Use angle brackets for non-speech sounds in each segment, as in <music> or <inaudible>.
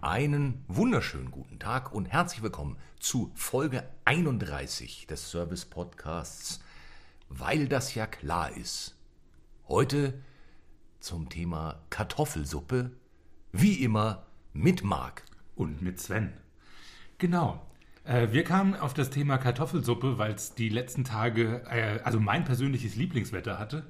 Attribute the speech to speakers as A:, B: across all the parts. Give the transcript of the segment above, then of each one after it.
A: Einen wunderschönen guten Tag und herzlich willkommen zu Folge 31 des Service Podcasts. Weil das ja klar ist, heute zum Thema Kartoffelsuppe, wie immer mit Marc.
B: Und mit Sven. Genau. Äh, wir kamen auf das Thema Kartoffelsuppe, weil es die letzten Tage, äh, also mein persönliches Lieblingswetter hatte.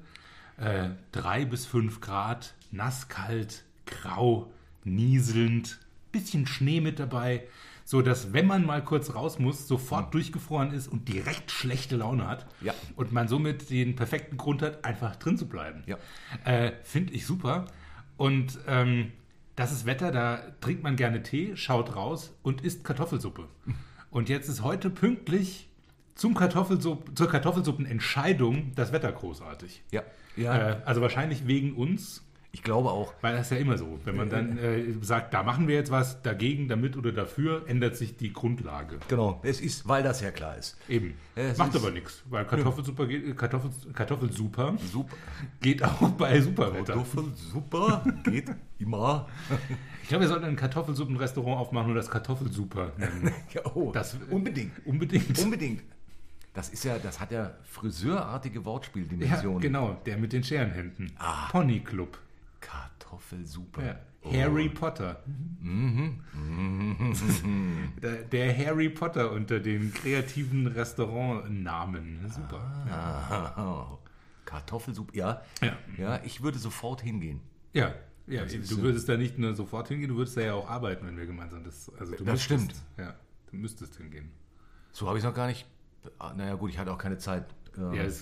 B: Äh, drei bis fünf Grad, nass, kalt, grau, nieselnd, bisschen Schnee mit dabei, so dass wenn man mal kurz raus muss, sofort durchgefroren ist und direkt schlechte Laune hat
A: Mhm. Ja.
B: und man somit den perfekten Grund hat, einfach drin zu bleiben.
A: Ja.
B: Äh, Finde ich super. Und ähm, das ist Wetter, da trinkt man gerne Tee, schaut raus und isst Kartoffelsuppe. Und jetzt ist heute pünktlich zum Kartoffelsupp, zur Kartoffelsuppenentscheidung das Wetter großartig.
A: Ja,
B: Äh, also wahrscheinlich wegen uns,
A: ich glaube auch.
B: weil das ist ja immer so. Wenn man dann äh, sagt, da machen wir jetzt was dagegen, damit oder dafür, ändert sich die Grundlage.
A: Genau, es ist, weil das ja klar ist.
B: Eben.
A: Es
B: Macht
A: ist-
B: aber nichts, weil Kartoffelsuppe geht, Kartoffel, Kartoffelsuper
A: Super.
B: geht auch bei Superwetter.
A: Kartoffelsuppe <laughs> geht immer.
B: Ich glaube, wir sollten ein Kartoffelsuppenrestaurant aufmachen und das Kartoffelsuper
A: <laughs>
B: nennen.
A: Ja, oh,
B: Das-
A: unbedingt. <laughs>
B: Unbedingt.
A: Unbedingt. Das ist ja, das hat ja friseurartige
B: ja,
A: Wortspieldimensionen.
B: genau, der mit den Scherenhänden.
A: Ah.
B: Pony Club.
A: Kartoffelsuppe.
B: Ja. Harry
A: Oh.
B: Potter.
A: Mhm.
B: der, der Harry Potter unter den kreativen Restaurantnamen. Super.
A: Ah, <laughs> Kartoffelsuppe, ja.
B: Ja.
A: Ja, ich würde sofort hingehen.
B: Ja. Ja,
A: ist
B: du
A: so-
B: würdest da nicht nur sofort hingehen, du würdest da ja auch arbeiten, wenn wir gemeinsam das. Also du
A: Das
B: müsstest,
A: stimmt.
B: Ja, du müsstest hingehen.
A: So habe ich es noch gar nicht. ah, Naja, gut, ich hatte auch keine Zeit. Ähm, <laughs>
B: Ja, es-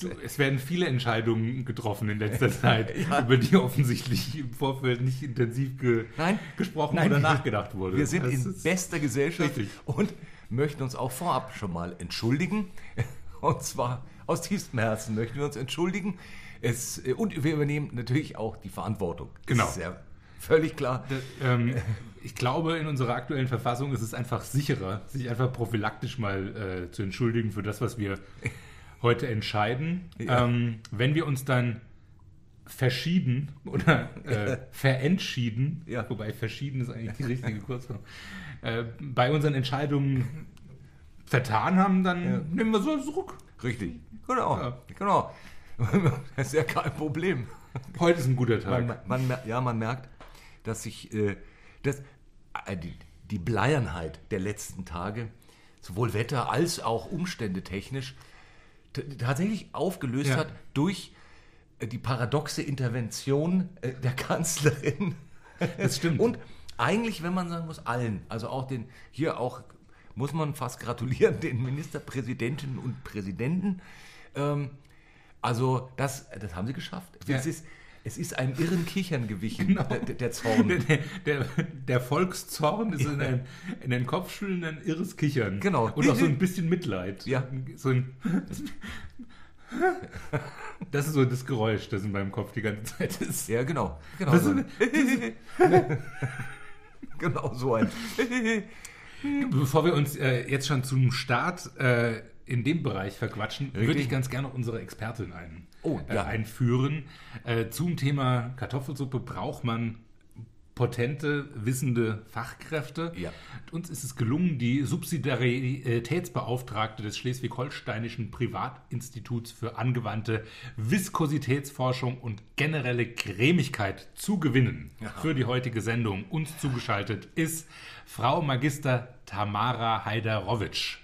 B: Du, es werden viele Entscheidungen getroffen
A: <laughs>
B: in letzter Zeit, über die offensichtlich im Vorfeld nicht intensiv ge
A: Nein.
B: gesprochen
A: Nein.
B: oder nachgedacht wurde.
A: Wir sind
B: Das
A: in
B: ist-
A: bester Gesellschaft
B: Richtig.
A: und möchten uns auch vorab schon mal entschuldigen. <laughs> Und zwar aus tiefstem Herzen möchten wir uns entschuldigen. Es, äh, und wir übernehmen natürlich auch die Verantwortung. Das
B: Genau.
A: Ist ja völlig klar.
B: ähm,
A: Äh.
B: ich glaube, in unserer aktuellen Verfassung ist es einfach sicherer, sich einfach prophylaktisch mal äh, zu entschuldigen für das, was wir heute entscheiden.
A: Ja.
B: Ähm, wenn wir uns dann verschieden oder
A: <laughs>
B: äh, verentschieden,
A: Ja.
B: wobei verschieden ist eigentlich die richtige Kurzform, äh, bei unseren Entscheidungen vertan haben, dann nehmen wir so zurück.
A: Richtig. Genau.
B: Ja.
A: Genau. <laughs> Das ist ja kein Problem.
B: Heute ist ein guter Tag.
A: Man, man, mer- ja, man merkt, dass sich äh, das, äh, die, die Bleiernheit der letzten Tage, sowohl Wetter als auch Umstände technisch, t- tatsächlich aufgelöst
B: Ja.
A: hat durch äh, die paradoxe Intervention äh, der <laughs> Kanzlerin.
B: Das stimmt.
A: Und eigentlich, wenn man sagen muss, allen, also auch den, hier auch muss man fast gratulieren, <laughs> den Ministerpräsidentinnen und Präsidenten. Ähm, also das, das haben sie geschafft.
B: Ja. Genau.
A: Es, ist, es ist einem irren Kichern gewichen, der, der Zorn.
B: <laughs> Der, der, der Volkszorn ist in ein, in ein Kopfschütteln ein irres Kichern.
A: Genau.
B: Und auch so ein bisschen Mitleid.
A: Ja.
B: So ein das ist so das Geräusch, das in meinem Kopf die ganze Zeit ist.
A: Ja, genau. Genau,
B: Was
A: so.
B: ist-
A: <laughs> genau so ein.
B: Bevor wir uns äh, jetzt schon zum Start äh, in dem Bereich verquatschen, würde
A: Richtig.
B: ich ganz gerne noch unsere Expertin ein,
A: Oh,
B: äh,
A: ja.
B: einführen. Äh, zum Thema Kartoffelsuppe braucht man potente, wissende Fachkräfte.
A: Ja.
B: Uns ist es gelungen, die Subsidiaritätsbeauftragte des Schleswig-Holsteinischen Privatinstituts für angewandte Viskositätsforschung und generelle Cremigkeit zu gewinnen. Für die heutige Sendung uns zugeschaltet ist Frau Magister Tamara Heiderowitsch.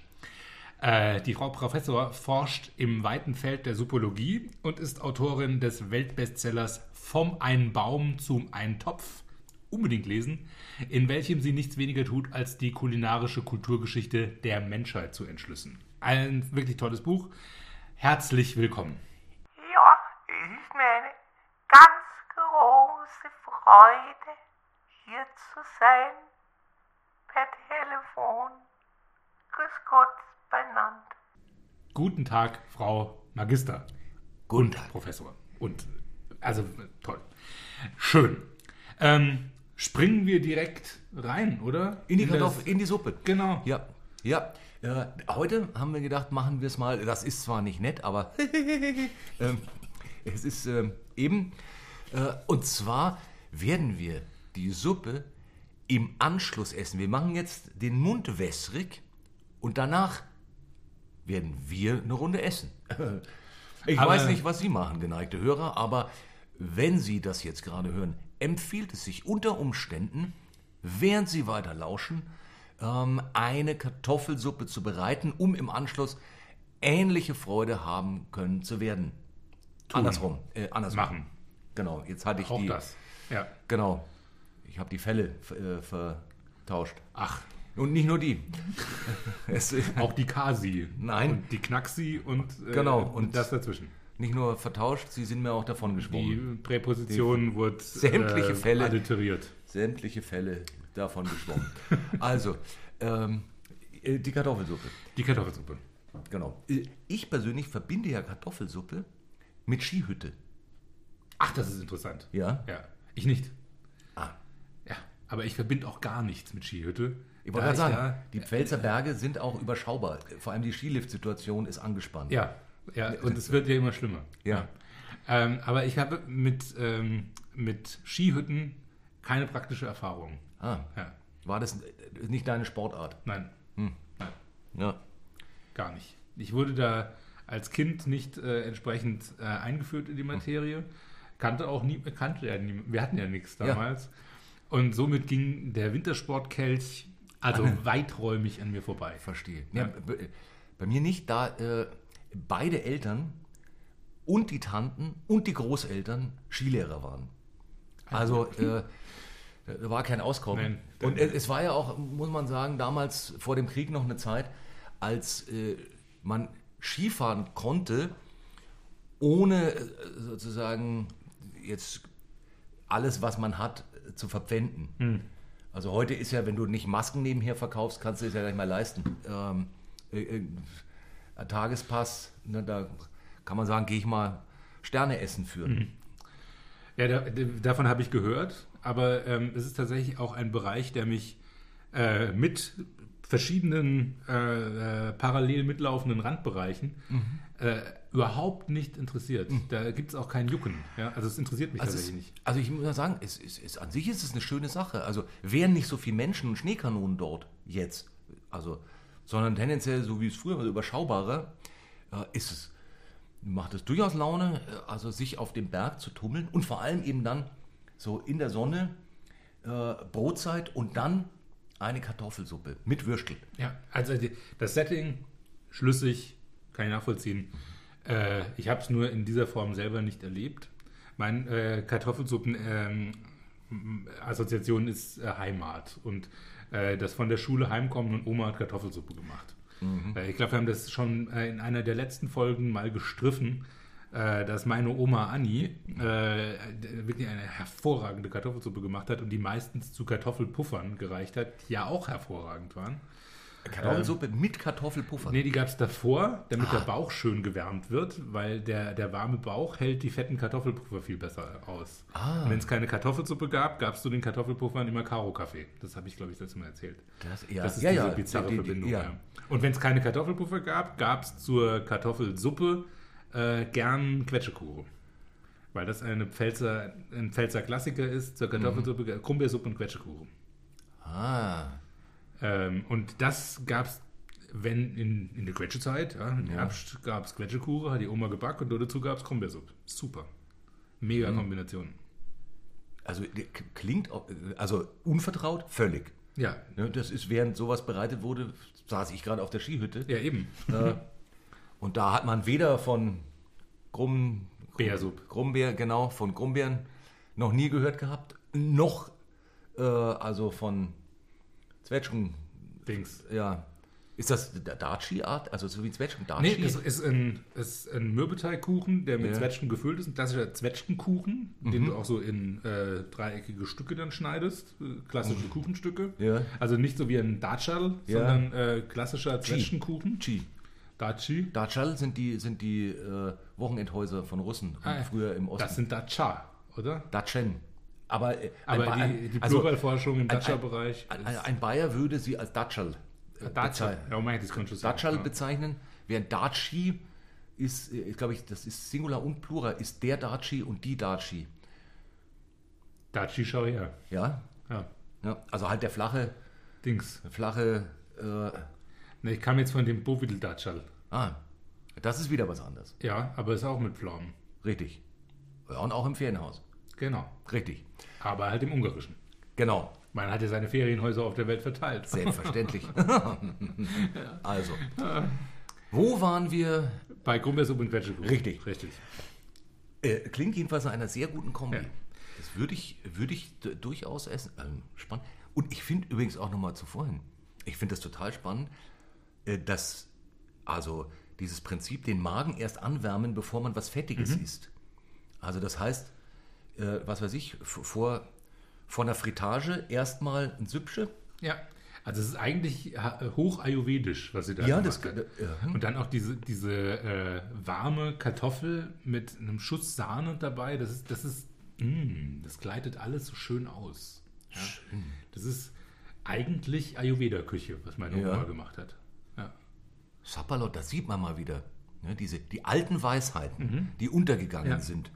B: Äh, die Frau Professor forscht im weiten Feld der Supologie und ist Autorin des Weltbestsellers Vom einen Baum zum einen Topf. Unbedingt lesen, in welchem sie nichts weniger tut, als die kulinarische Kulturgeschichte der Menschheit zu entschlüsseln. Ein wirklich tolles Buch. Herzlich willkommen.
C: Ja, es ist mir eine ganz große Freude, hier zu sein, per Telefon. Grüß Gott beieinander.
B: Guten Tag, Frau Magister.
A: Guten
B: und Professor. Und also toll. Schön. Ähm, springen wir direkt rein, oder?
A: In die,
B: das-
A: Kartoffel, in die Suppe.
B: Genau.
A: Ja, ja. Äh, heute haben wir gedacht, machen wir es mal. Das ist zwar nicht nett, aber <laughs> ähm, es ist ähm, eben. Äh, und zwar werden wir die Suppe im Anschluss essen. Wir machen jetzt den Mund wässrig und danach werden wir eine Runde essen. Ich
B: Aber-
A: weiß nicht, was Sie machen, geneigte Hörer, aber wenn Sie das jetzt gerade hören, empfiehlt es sich unter Umständen, während Sie weiter lauschen, ähm, eine Kartoffelsuppe zu bereiten, um im Anschluss ähnliche Freude haben können zu werden. Andersrum. Äh, andersrum.
B: Machen.
A: Genau, jetzt hatte ich
B: Auch
A: die.
B: das. Ja.
A: Genau. Ich habe die Fälle äh, vertauscht.
B: Ach,
A: Und nicht nur
B: <laughs>
A: die. es,
B: auch die Kasi.
A: Nein.
B: Und die Knackси und, äh,
A: Genau, und-
B: das dazwischen.
A: nicht nur vertauscht, sie sind mir auch davon
B: Die
A: geschwommen.
B: Präposition äh, wurde
A: Sämtliche Fälle.
B: alliteriert.
A: Sämtliche Fälle davon
B: <laughs>
A: geschwommen. also, ähm, äh, die Kartoffelsuppe.
B: Die Kartoffelsuppe.
A: Genau. Äh, Ich persönlich verbinde ja Kartoffelsuppe mit Skihütte.
B: Ach, das ist interessant.
A: Ja?
B: Ja, ich nicht.
A: Ah.
B: Ja, aber ich verbinde auch gar nichts mit Skihütte.
A: Ich wollte
B: Da
A: gerade sagen,
B: ja-
A: die Pfälzer Berge sind auch überschaubar. Vor allem die Skilift-Situation ist angespannt.
B: Ja, ja,
A: Ne,
B: und es wird ja immer schlimmer.
A: Ja.
B: Ähm, aber ich habe mit, ähm, mit Skihütten keine praktische Erfahrung.
A: Ah,
B: Ja,
A: war das äh, nicht deine Sportart?
B: nein, nein,
A: Ja.
B: gar nicht. Ich wurde da als Kind nicht äh, entsprechend äh, eingeführt
A: Hm.
B: in die Materie, kannte auch nie, kannte ja nie, wir hatten ja nichts
A: Ja.
B: damals. Und somit ging der Wintersportkelch
A: <laughs>
B: also weiträumig an mir vorbei.
A: Verstehe. Ja, b- bei mir nicht, da äh, beide Eltern und die Tanten und die Großeltern Skilehrer waren. Also äh, da war kein Auskommen.
B: Nein.
A: und es, es war ja auch, muss man sagen, damals vor dem Krieg noch eine Zeit, als äh, man Skifahren konnte, ohne äh, sozusagen jetzt alles, was man hat, zu verpfänden. Also heute ist ja, wenn du nicht Masken nebenher verkaufst, kannst du es ja gleich mal leisten. Ähm, äh, äh, ein Tagespass, ne, da kann man sagen, gehe ich mal Sterne essen für.
B: Ja, da, d- davon habe ich gehört, aber ähm, es ist tatsächlich auch ein Bereich, der mich äh, mit verschiedenen äh, äh, parallel mitlaufenden Randbereichen
A: Mhm.
B: äh, überhaupt nicht interessiert. Da gibt es auch kein Jucken. Ja? Also es interessiert mich
A: Also, es,
B: tatsächlich nicht.
A: also ich muss mal sagen, es, es, es, an sich ist es eine schöne Sache. Also wären nicht so viele Menschen und Schneekanonen dort jetzt, also, sondern tendenziell, so wie es früher war, überschaubarer, äh, ist es, macht es durchaus Laune, äh, also sich auf dem Berg zu tummeln und vor allem eben dann so in der Sonne, äh, Brotzeit und dann eine Kartoffelsuppe mit Würstel.
B: Ja, also die, das Setting, schlüssig, kann ich nachvollziehen. Äh, ich habe es nur in dieser Form selber nicht erlebt. Mein äh, Kartoffelsuppen-Assoziation ist äh, Heimat und äh, das von der Schule heimkommen und Oma hat Kartoffelsuppe gemacht. Äh, ich glaube, wir haben das schon äh, in einer der letzten Folgen mal gestriffen. äh, Dass meine Oma Anni äh, d- wirklich eine hervorragende Kartoffelsuppe gemacht hat und die meistens zu Kartoffelpuffern gereicht hat, die ja auch hervorragend waren.
A: Kartoffelsuppe mit Kartoffelpuffer.
B: Nee, die gab es davor, damit
A: Ah.
B: der Bauch schön gewärmt wird, weil der, der warme Bauch hält die fetten Kartoffelpuffer viel besser aus.
A: Ah.
B: Und Wenn es keine Kartoffelsuppe gab, gabst du den Kartoffelpuffern immer Karo-Kaffee. Das habe ich, glaube ich, letztes Mal erzählt.
A: Das, ja,
B: das ist
A: ja,
B: diese
A: ja,
B: bizarre
A: die- die-
B: Verbindung.
A: ja.
B: ja. Und wenn es keine Kartoffelpuffer gab, gab es zur Kartoffelsuppe äh, gern Quetschekuchen. Weil das eine Pfälzer, ein Pfälzer Klassiker ist, zur Kartoffelsuppe, mhm. Krummbeersuppe und Quetschekuchen.
A: Ah,
B: Ähm, und das gab es, wenn in, in der Quetschezeit, ja, im Herbst gab es Quetschekuchen, hat die Oma gebacken und dazu gab es Krombeersuppe. Super. Mega
A: Mhm.
B: Kombination.
A: also äh, k- klingt, auch, äh, also unvertraut, völlig.
B: Ja,
A: Ne, das ist, während sowas bereitet wurde, saß ich gerade auf der Skihütte.
B: ja eben. <laughs>
A: Äh, und da hat man weder von Grumm,
B: Bärsuppe.
A: Grumbeer, genau, von Grumbeeren noch nie gehört gehabt, noch äh, also von Zwetschgen,
B: Dings.
A: ja. Ist das der Datschi-Art? Also so wie Zwetschgen-Datschi?
B: Nee, das ist ein, ist ein Mürbeteigkuchen, der mit
A: Ja. Mhm.
B: Zwetschgen gefüllt ist. Ein klassischer Zwetschgenkuchen, den du auch so in äh, dreieckige Stücke dann schneidest. äh, Klassische Kuchenstücke.
A: Mhm. Ja.
B: Also nicht so wie ein Datschal,
A: Ja.
B: sondern äh, klassischer
A: Chi.
B: Zwetschgenkuchen.
A: Chi.
B: Datschi.
A: Datschal sind die, sind die äh, Wochenendhäuser von Russen
B: Ah, ja.
A: früher im Osten.
B: Das sind Datscha, oder?
A: Datschen. Aber, äh,
B: Aber
A: Ba-
B: die, die
A: also,
B: Pluralforschung im
A: ein-
B: Datscha-Bereich.
A: ein, ein Bayer würde sie als Datschal äh,
B: Datscha.
A: bezeichnen.
B: Ja, mein, das könnte schon sein.
A: Datschal
B: Ja.
A: bezeichnen, während Datschi ist, äh, glaube ich, das ist Singular und Plural, ist der Datschi und die Datschi.
B: Datschi, schau her.
A: Ja?
B: Ja.
A: Ja, also halt der flache,
B: Dings.
A: flache. Äh,
B: Na, ich kam jetzt von dem Bovidel-Datschal.
A: ah, das ist wieder was anderes.
B: Ja, aber ist auch mit Pflaumen.
A: Richtig. Ja, und auch im Ferienhaus.
B: Genau.
A: Richtig.
B: Aber halt im Ungarischen.
A: Genau.
B: Man hat ja seine Ferienhäuser auf der Welt verteilt.
A: Selbstverständlich. also. Wo waren wir?
B: Bei Grumbesup und Vegetables.
A: Richtig.
B: Richtig.
A: Äh, klingt jedenfalls nach einer sehr guten Kombi.
B: Ja.
A: Das würde ich, würde ich d- durchaus essen. Ähm, spannend. Und ich finde übrigens auch nochmal zu vorhin, ich finde das total spannend, äh, dass also dieses Prinzip, den Magen erst anwärmen, bevor man was Fettiges isst. Also das heißt, äh, was weiß ich, v- vor, vor einer Fritage erstmal ein Süppsche.
B: Ja. Also es ist eigentlich ha- hoch ayurvedisch, was sie da
A: Ja,
B: gemacht
A: das-
B: hat.
A: ja.
B: Und dann auch diese, diese äh, warme Kartoffel mit einem Schuss Sahne dabei. Das ist, das ist, mm, das gleitet alles so schön aus. Ja. Das ist eigentlich Ayurveda-Küche, was meine
A: Ja.
B: Oma gemacht hat. Ja.
A: Sapperlot, das sieht man mal wieder. Ne, diese, die alten Weisheiten, die untergegangen
B: Mhm. Ja.
A: sind.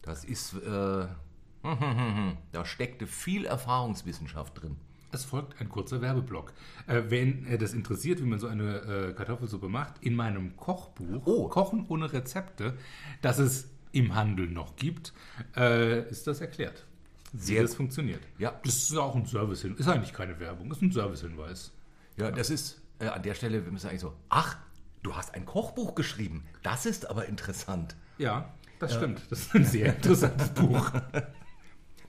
A: Das ist, äh, <laughs> da steckte viel Erfahrungswissenschaft drin.
B: Es folgt ein kurzer Werbeblock. Äh, wenn äh, das interessiert, wie man so eine äh, Kartoffelsuppe macht, in meinem Kochbuch
A: Oh.
B: Kochen ohne Rezepte, das es im Handel noch gibt, äh, ist das erklärt. Wie
A: Sehr
B: das
A: gut.
B: funktioniert.
A: Ja.
B: Das ist auch ein Servicehinweis. Ist eigentlich keine Werbung, ist ein Servicehinweis.
A: Ja, das ist, äh, an der Stelle, wir müssen eigentlich so, ach, du hast ein Kochbuch geschrieben. Das ist aber interessant.
B: Ja, das stimmt. Das ist ein sehr interessantes <laughs> Buch.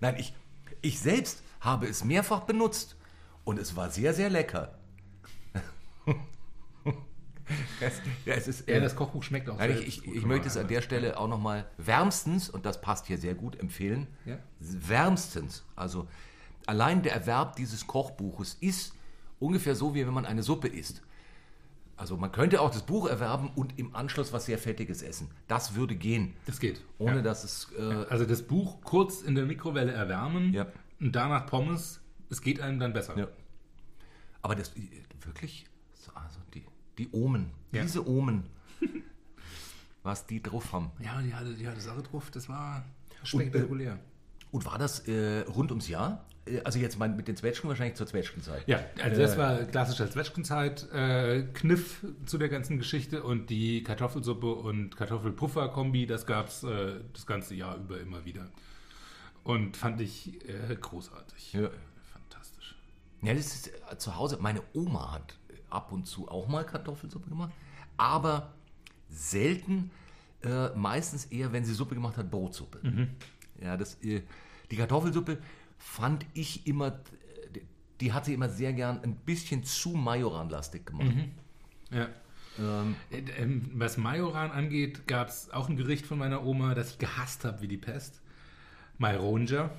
A: Nein, ich, ich selbst habe es mehrfach benutzt und es war sehr, sehr lecker. <laughs> es, ja, es ist,
B: Ja,
A: äh,
B: das Kochbuch schmeckt auch
A: Nein,
B: sehr
A: ich, ich,
B: gut,
A: ich
B: wenn
A: möchte
B: man-
A: es an der Stelle auch nochmal wärmstens, und das passt hier sehr gut, empfehlen.
B: Ja.
A: Wärmstens. Also allein der Erwerb dieses Kochbuches ist ungefähr so, wie wenn man eine Suppe isst. Also man könnte auch das Buch erwerben und im Anschluss was sehr Fettiges essen. Das würde gehen,
B: Das geht.
A: ohne
B: ja.
A: dass es... Äh,
B: Also das Buch kurz in der Mikrowelle erwärmen
A: Ja.
B: und danach Pommes. Es geht einem dann besser.
A: Ja. Aber das äh, wirklich, so, also die, die Omen,
B: Ja.
A: diese Omen, <laughs> was die drauf haben.
B: Ja, die hatte, die hatte Sache drauf, das war
A: spektakulär. Und war das äh, rund ums Jahr? Äh, Also jetzt mein, mit den Zwetschgen wahrscheinlich zur Zwetschgenzeit.
B: ja, also das war klassischer Zwetschgenzeit, äh, Kniff zu der ganzen Geschichte und die Kartoffelsuppe und Kartoffelpuffer-Kombi, das gab es äh, das ganze Jahr über immer wieder. Und fand ich äh, großartig.
A: Ja.
B: Fantastisch.
A: Ja, das ist äh, zu Hause. Meine Oma hat äh, ab und zu auch mal Kartoffelsuppe gemacht, aber selten, äh, meistens eher, wenn sie Suppe gemacht hat, Brotsuppe. Ja, das, äh, die Kartoffelsuppe fand ich immer, äh, die- die hat sie immer sehr gern ein bisschen zu majoranlastig gemacht. <laughs>
B: Ja. Äh, ähm, Was Majoran angeht, gab es auch ein Gericht von meiner Oma, das ich gehasst habe wie die Pest. Maironja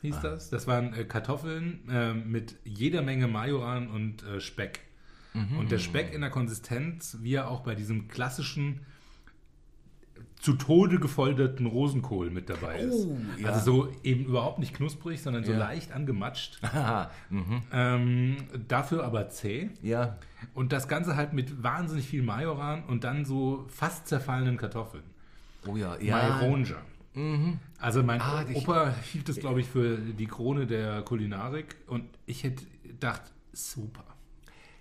B: hieß
A: Ah.
B: das. Das waren äh, Kartoffeln äh, mit jeder Menge Majoran und äh, Speck.
A: Mhm.
B: Und der Speck in der Konsistenz, wie er auch bei diesem klassischen zu Tode gefolterten Rosenkohl mit dabei ist.
A: Oh, ja.
B: Also so eben überhaupt nicht knusprig, sondern so
A: Ja. <laughs>
B: leicht angematscht.
A: Haha, mhm.
B: ähm, dafür aber zäh.
A: Ja,
B: Und das Ganze halt mit wahnsinnig viel Majoran und dann so fast zerfallenen Kartoffeln.
A: oh ja, ja.
B: Maironja. Also mein
A: Ah, ich-
B: Opa hielt das, glaube ich, für die Krone der Kulinarik. Und ich hätte gedacht, super.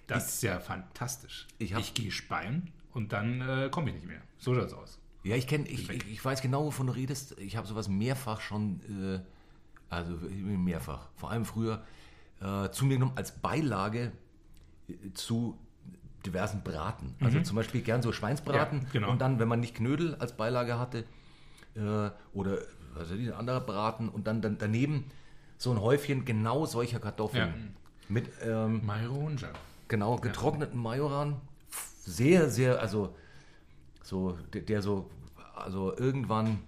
B: Das ist ja fantastisch.
A: Ich hab-
B: gehe speien und dann äh, komme ich nicht mehr. So schaut's aus.
A: Ja, ich kenne, ich, ich, ich weiß genau, wovon du redest. Ich habe sowas mehrfach schon, äh, also mehrfach, vor allem früher, äh, zu mir genommen als Beilage äh, zu diversen Braten. Also zum Beispiel gern so Schweinsbraten
B: Mhm. Ja, genau.
A: und dann, wenn man nicht Knödel als Beilage hatte äh, oder was weiß ich, ein anderer Braten und dann, dann daneben so ein Häufchen genau solcher Kartoffeln mit ähm,
B: Maironja.
A: Genau, getrockneten Majoran. Sehr, sehr, also so, der, der so, also irgendwann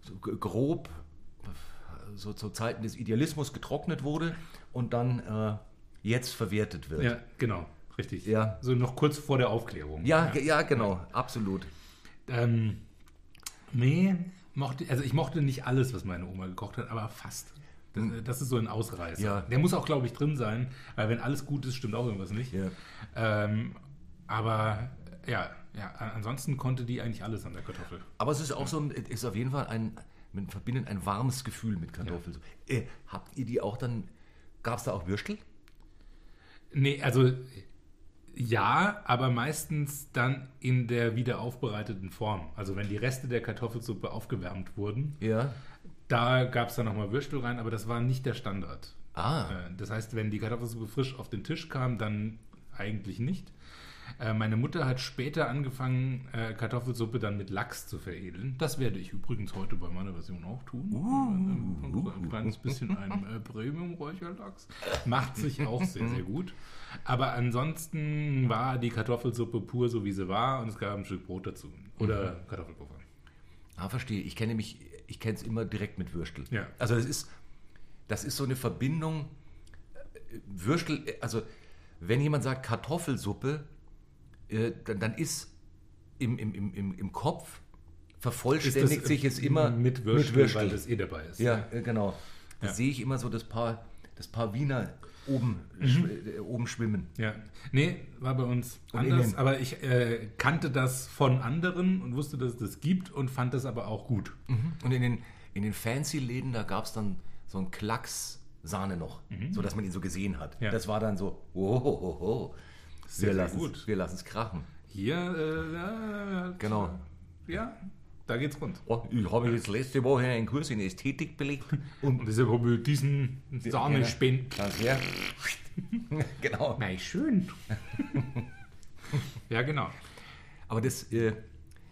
A: so g- grob so zu Zeiten des Idealismus getrocknet wurde und dann äh, jetzt verwertet wird.
B: Ja, genau. Richtig.
A: Ja.
B: So noch kurz vor der Aufklärung.
A: Ja, ge- ja, genau, absolut.
B: Ähm, nee, mochte, also ich mochte nicht alles, was meine Oma gekocht hat, aber fast. Das, das ist so ein Ausreißer.
A: Hm. Ja.
B: Der muss auch, glaube ich, drin sein, weil wenn alles gut ist, stimmt auch irgendwas nicht.
A: Ja.
B: Ähm, aber ja, ja, an- ansonsten konnte die eigentlich alles an der Kartoffel.
A: Aber es ist auch so, ein- ist auf jeden Fall ein, man verbindet ein warmes Gefühl mit Kartoffeln. Äh, habt ihr die auch dann Gab es da auch Würstel?
B: Nee, also ja, aber meistens dann in der wiederaufbereiteten Form. Also wenn die Reste der Kartoffelsuppe aufgewärmt wurden,
A: Ja.
B: da gab es dann nochmal Würstel rein, aber das war nicht der Standard.
A: Ah,
B: Äh, Das heißt, wenn die Kartoffelsuppe frisch auf den Tisch kam, dann eigentlich nicht. Äh, Meine Mutter hat später angefangen, äh, Kartoffelsuppe dann mit Lachs zu veredeln. Das werde ich übrigens heute bei meiner Version auch tun. Äh, so ein kleines bisschen ein äh, Premium-Räucherlachs. Macht sich auch sehr, sehr gut. Aber ansonsten war die Kartoffelsuppe pur, so wie sie war, und es gab ein Stück Brot dazu. Oder Kartoffelpuffer.
A: ah verstehe. Ich kenne mich, ich kenne es immer direkt mit Würstel.
B: Ja.
A: Also das ist, das ist so eine Verbindung. äh, Würstel, äh, also wenn jemand sagt Kartoffelsuppe, äh, dann, dann ist im, im, im, im, im Kopf vervollständigt sich es immer
B: mit Würstel, weil das eh dabei ist.
A: Ja, äh, genau. Da sehe ich immer so das Paar, das Paar Wiener oben,
B: Mhm.
A: schw- äh, oben schwimmen.
B: Ja, nee, war bei uns
A: Und
B: anders,
A: Indien.
B: aber ich äh, kannte das von anderen und wusste, dass es das gibt und fand das aber auch gut.
A: Und in den, in den Fancy-Läden, da gab es dann so einen Klacks Sahne noch, so dass man ihn so gesehen hat.
B: Mhm. Ja.
A: Das war dann so, oh, oh, oh.
B: Sehr,
A: Wir
B: sehr
A: lassen
B: gut.
A: es wir lassen's krachen.
B: Hier, äh, ja, halt,
A: Genau.
B: ja, da geht's rund.
A: Oh, ich habe jetzt letzte Woche einen Kurs in Ästhetik
B: <laughs>
A: belegt und
B: Und deshalb habe ich diesen Sahnespend.
A: ganz her. <laughs> genau.
B: Na, schön. <laughs> ja, genau.
A: Aber das, äh,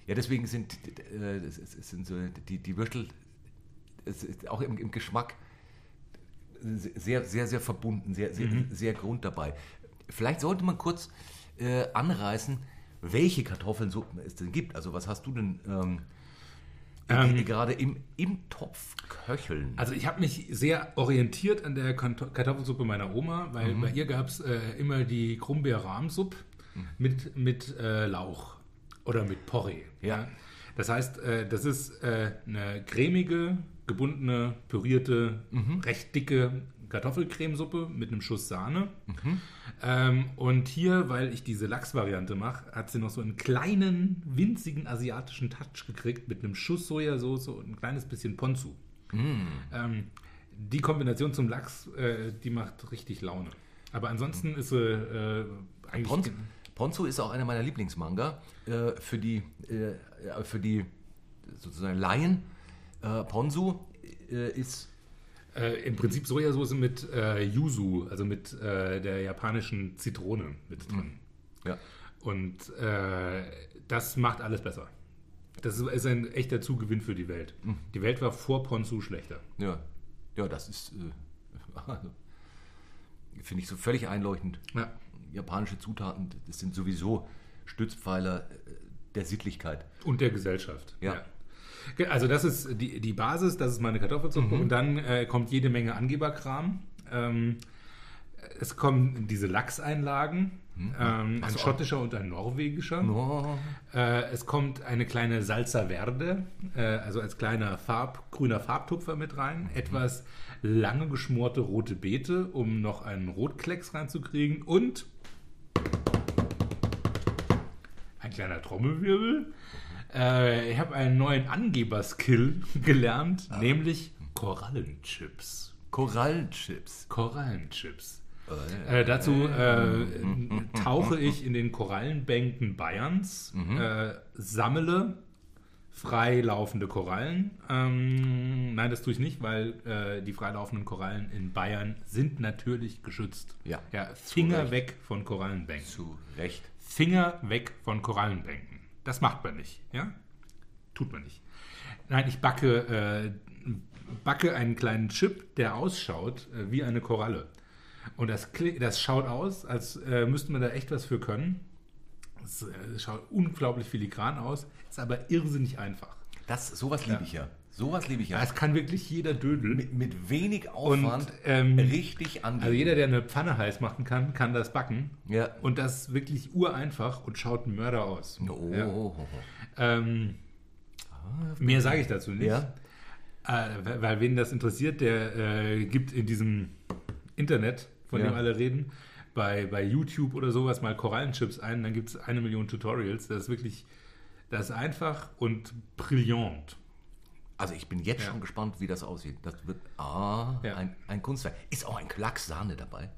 A: ja, deswegen sind, äh, das, es- es sind so die, die Würstel es ist auch im, im Geschmack sehr, sehr, sehr verbunden, sehr, sehr,
B: Mhm.
A: sehr Grund dabei. Vielleicht sollte man kurz äh, anreißen, welche Kartoffelsuppen es denn gibt. Also, was hast du denn ähm,
B: Ähm,
A: die gerade im, im Topf köcheln?
B: Also ich habe mich sehr orientiert an der Kant- Kartoffelsuppe meiner Oma, weil bei ihr gab es äh, immer die Krumbeer-Rahmsupp mit, mit äh, Lauch oder mit Porree.
A: Ja.
B: Das heißt, äh, das ist äh, eine cremige, gebundene, pürierte, recht dicke Kartoffelcremesuppe mit einem Schuss Sahne. Ähm, und hier, weil ich diese Lachsvariante mache, hat sie noch so einen kleinen, winzigen asiatischen Touch gekriegt mit einem Schuss Sojasauce und ein kleines bisschen Ponzu. Ähm, die Kombination zum Lachs, äh, die macht richtig Laune. Aber ansonsten ist sie äh, eigentlich.
A: Ponzo, Ponzo ist auch einer meiner Lieblingsmanga. Äh, für die, äh, ja, für die sozusagen Laien. Äh, Ponzu äh, ist
B: Äh, Im Prinzip Sojasauce mit äh, Yuzu, also mit äh, der japanischen Zitrone mit
A: Mhm.
B: drin.
A: ja,
B: Und äh, das macht alles besser. Das ist- ist ein echter Zugewinn für die Welt.
A: Mhm.
B: Die Welt war vor Ponzu schlechter.
A: ja, ja, das ist äh, <laughs> also, finde ich so völlig einleuchtend.
B: Ja.
A: Japanische Zutaten, das sind sowieso Stützpfeiler äh, der Sittlichkeit.
B: Und der Gesellschaft.
A: Ja.
B: Ge- Also das ist die, die Basis, das ist meine
A: Mhm.
B: Kartoffelsuppe und dann äh, kommt jede Menge Angeberkram. Ähm, es kommen diese Lachseinlagen, ähm, ein
A: Mhm. so,
B: schottischer und ein norwegischer.
A: Oh,
B: Äh, es kommt eine kleine Salsa Verde, äh, also als kleiner Farb, grüner Farbtupfer mit rein. Etwas lange geschmorte rote Beete, um noch einen Rotklecks reinzukriegen. Und ein kleiner Trommelwirbel. Äh, ich habe einen neuen Angeberskill <laughs> gelernt, nämlich Korallenchips.
A: Korallenchips.
B: Korallenchips.
A: Äh,
B: Äh, dazu äh, tauche ich in den Korallenbänken Bayerns,
A: Mhm.
B: äh, sammle freilaufende Korallen. Ähm, nein, das tue ich nicht, weil äh, die freilaufenden Korallen in Bayern sind natürlich geschützt.
A: Ja.
B: Finger
A: Recht.
B: weg von Korallenbänken.
A: zu Recht.
B: Finger weg von Korallenbänken. Das macht man nicht, ja? Tut man nicht. Nein, ich backe, äh, backe einen kleinen Chip, der ausschaut äh, wie eine Koralle. Und das, kli- das schaut aus, als äh, müsste man da echt was für können. Es äh, schaut unglaublich filigran aus, ist aber irrsinnig einfach.
A: Das, sowas liebe ich ja. Sowas liebe ich ja.
B: Ja, es kann wirklich jeder Dödel.
A: mit, mit wenig Aufwand
B: Also, ähm,
A: richtig angehen.
B: Also jeder, der eine Pfanne heiß machen kann, kann das backen.
A: Ja.
B: Und das wirklich ureinfach und schaut ein Mörder aus.
A: Oh,
B: Ja.
A: oh, oh, oh.
B: Ähm, mehr sage ich dazu nicht.
A: Ja.
B: Äh, weil- weil wen das interessiert, der äh, gibt in diesem Internet, von
A: Ja.
B: dem alle reden, bei, bei YouTube oder sowas mal Korallenchips ein, dann gibt es eine Million Tutorials. Das ist wirklich, das ist einfach und brillant.
A: Also ich bin jetzt
B: Ja.
A: schon gespannt, wie das aussieht. Das wird ah,
B: Ja.
A: ein, ein Kunstwerk. Ist auch ein Klacks Sahne dabei.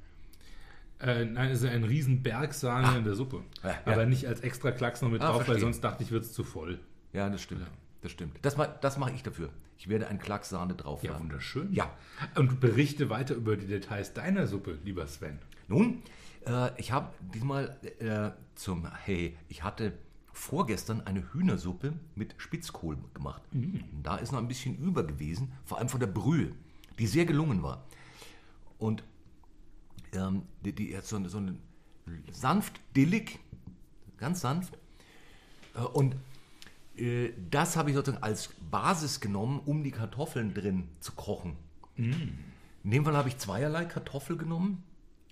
B: Äh, nein, es ist ein riesen Berg Sahne in der Suppe.
A: Ah. Ja, ja.
B: Aber nicht als extra Klacks noch mit
A: Ah,
B: drauf, weil
A: verstehe.
B: sonst dachte ich, wird es zu voll.
A: Ja, das stimmt. Das stimmt. Das, ma- das mache ich dafür. Ich werde ein Klacks Sahne drauf
B: Ja,
A: haben.
B: wunderschön.
A: Ah. Ja.
B: Und berichte weiter über die Details deiner Suppe, lieber Sven.
A: Nun, äh, ich habe diesmal äh, zum Hey, ich hatte vorgestern eine Hühnersuppe mit Spitzkohl gemacht. Da ist noch ein bisschen über gewesen, vor allem von der Brühe, die sehr gelungen war. Und ähm, die, die hat so, eine- so einen sanft dillig, ganz sanft. Äh, Und äh, das habe ich sozusagen als Basis genommen, um die Kartoffeln drin zu kochen. In dem Fall habe ich zweierlei Kartoffel genommen,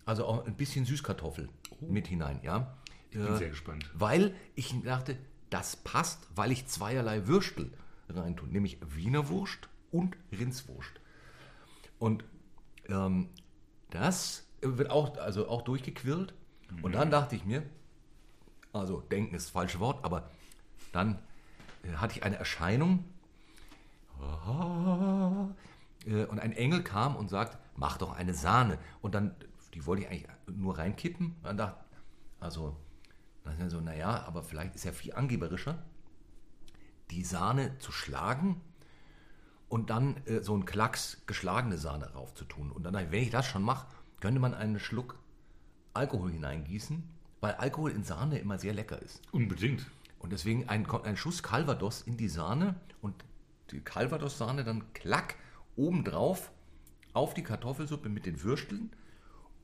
A: also auch ein bisschen Süßkartoffel mit hinein, ja. Ich
B: bin sehr gespannt.
A: Weil ich dachte, das passt, weil ich zweierlei Würstel reintun, nämlich Wiener Wurst und Rindswurst. Und ähm, das wird auch, also auch durchgequirlt. Und dann dachte ich mir, also denken ist das falsche Wort, aber dann äh, hatte ich eine Erscheinung Ah, äh, und ein Engel kam und sagt, mach doch eine Sahne. Und dann, die wollte ich eigentlich nur reinkippen. Und dann dachte also, dann dachte ich so, naja, aber vielleicht ist ja viel angeberischer, die Sahne zu schlagen und dann äh, so einen Klacks geschlagene Sahne raufzutun. Und dann dachte ich, wenn ich das schon mache, könnte man einen Schluck Alkohol hineingießen, weil Alkohol in Sahne immer sehr lecker ist.
B: Unbedingt.
A: Und deswegen ein, kommt ein Schuss Calvados in die Sahne und die Calvados-Sahne dann klack obendrauf auf die Kartoffelsuppe mit den Würsteln.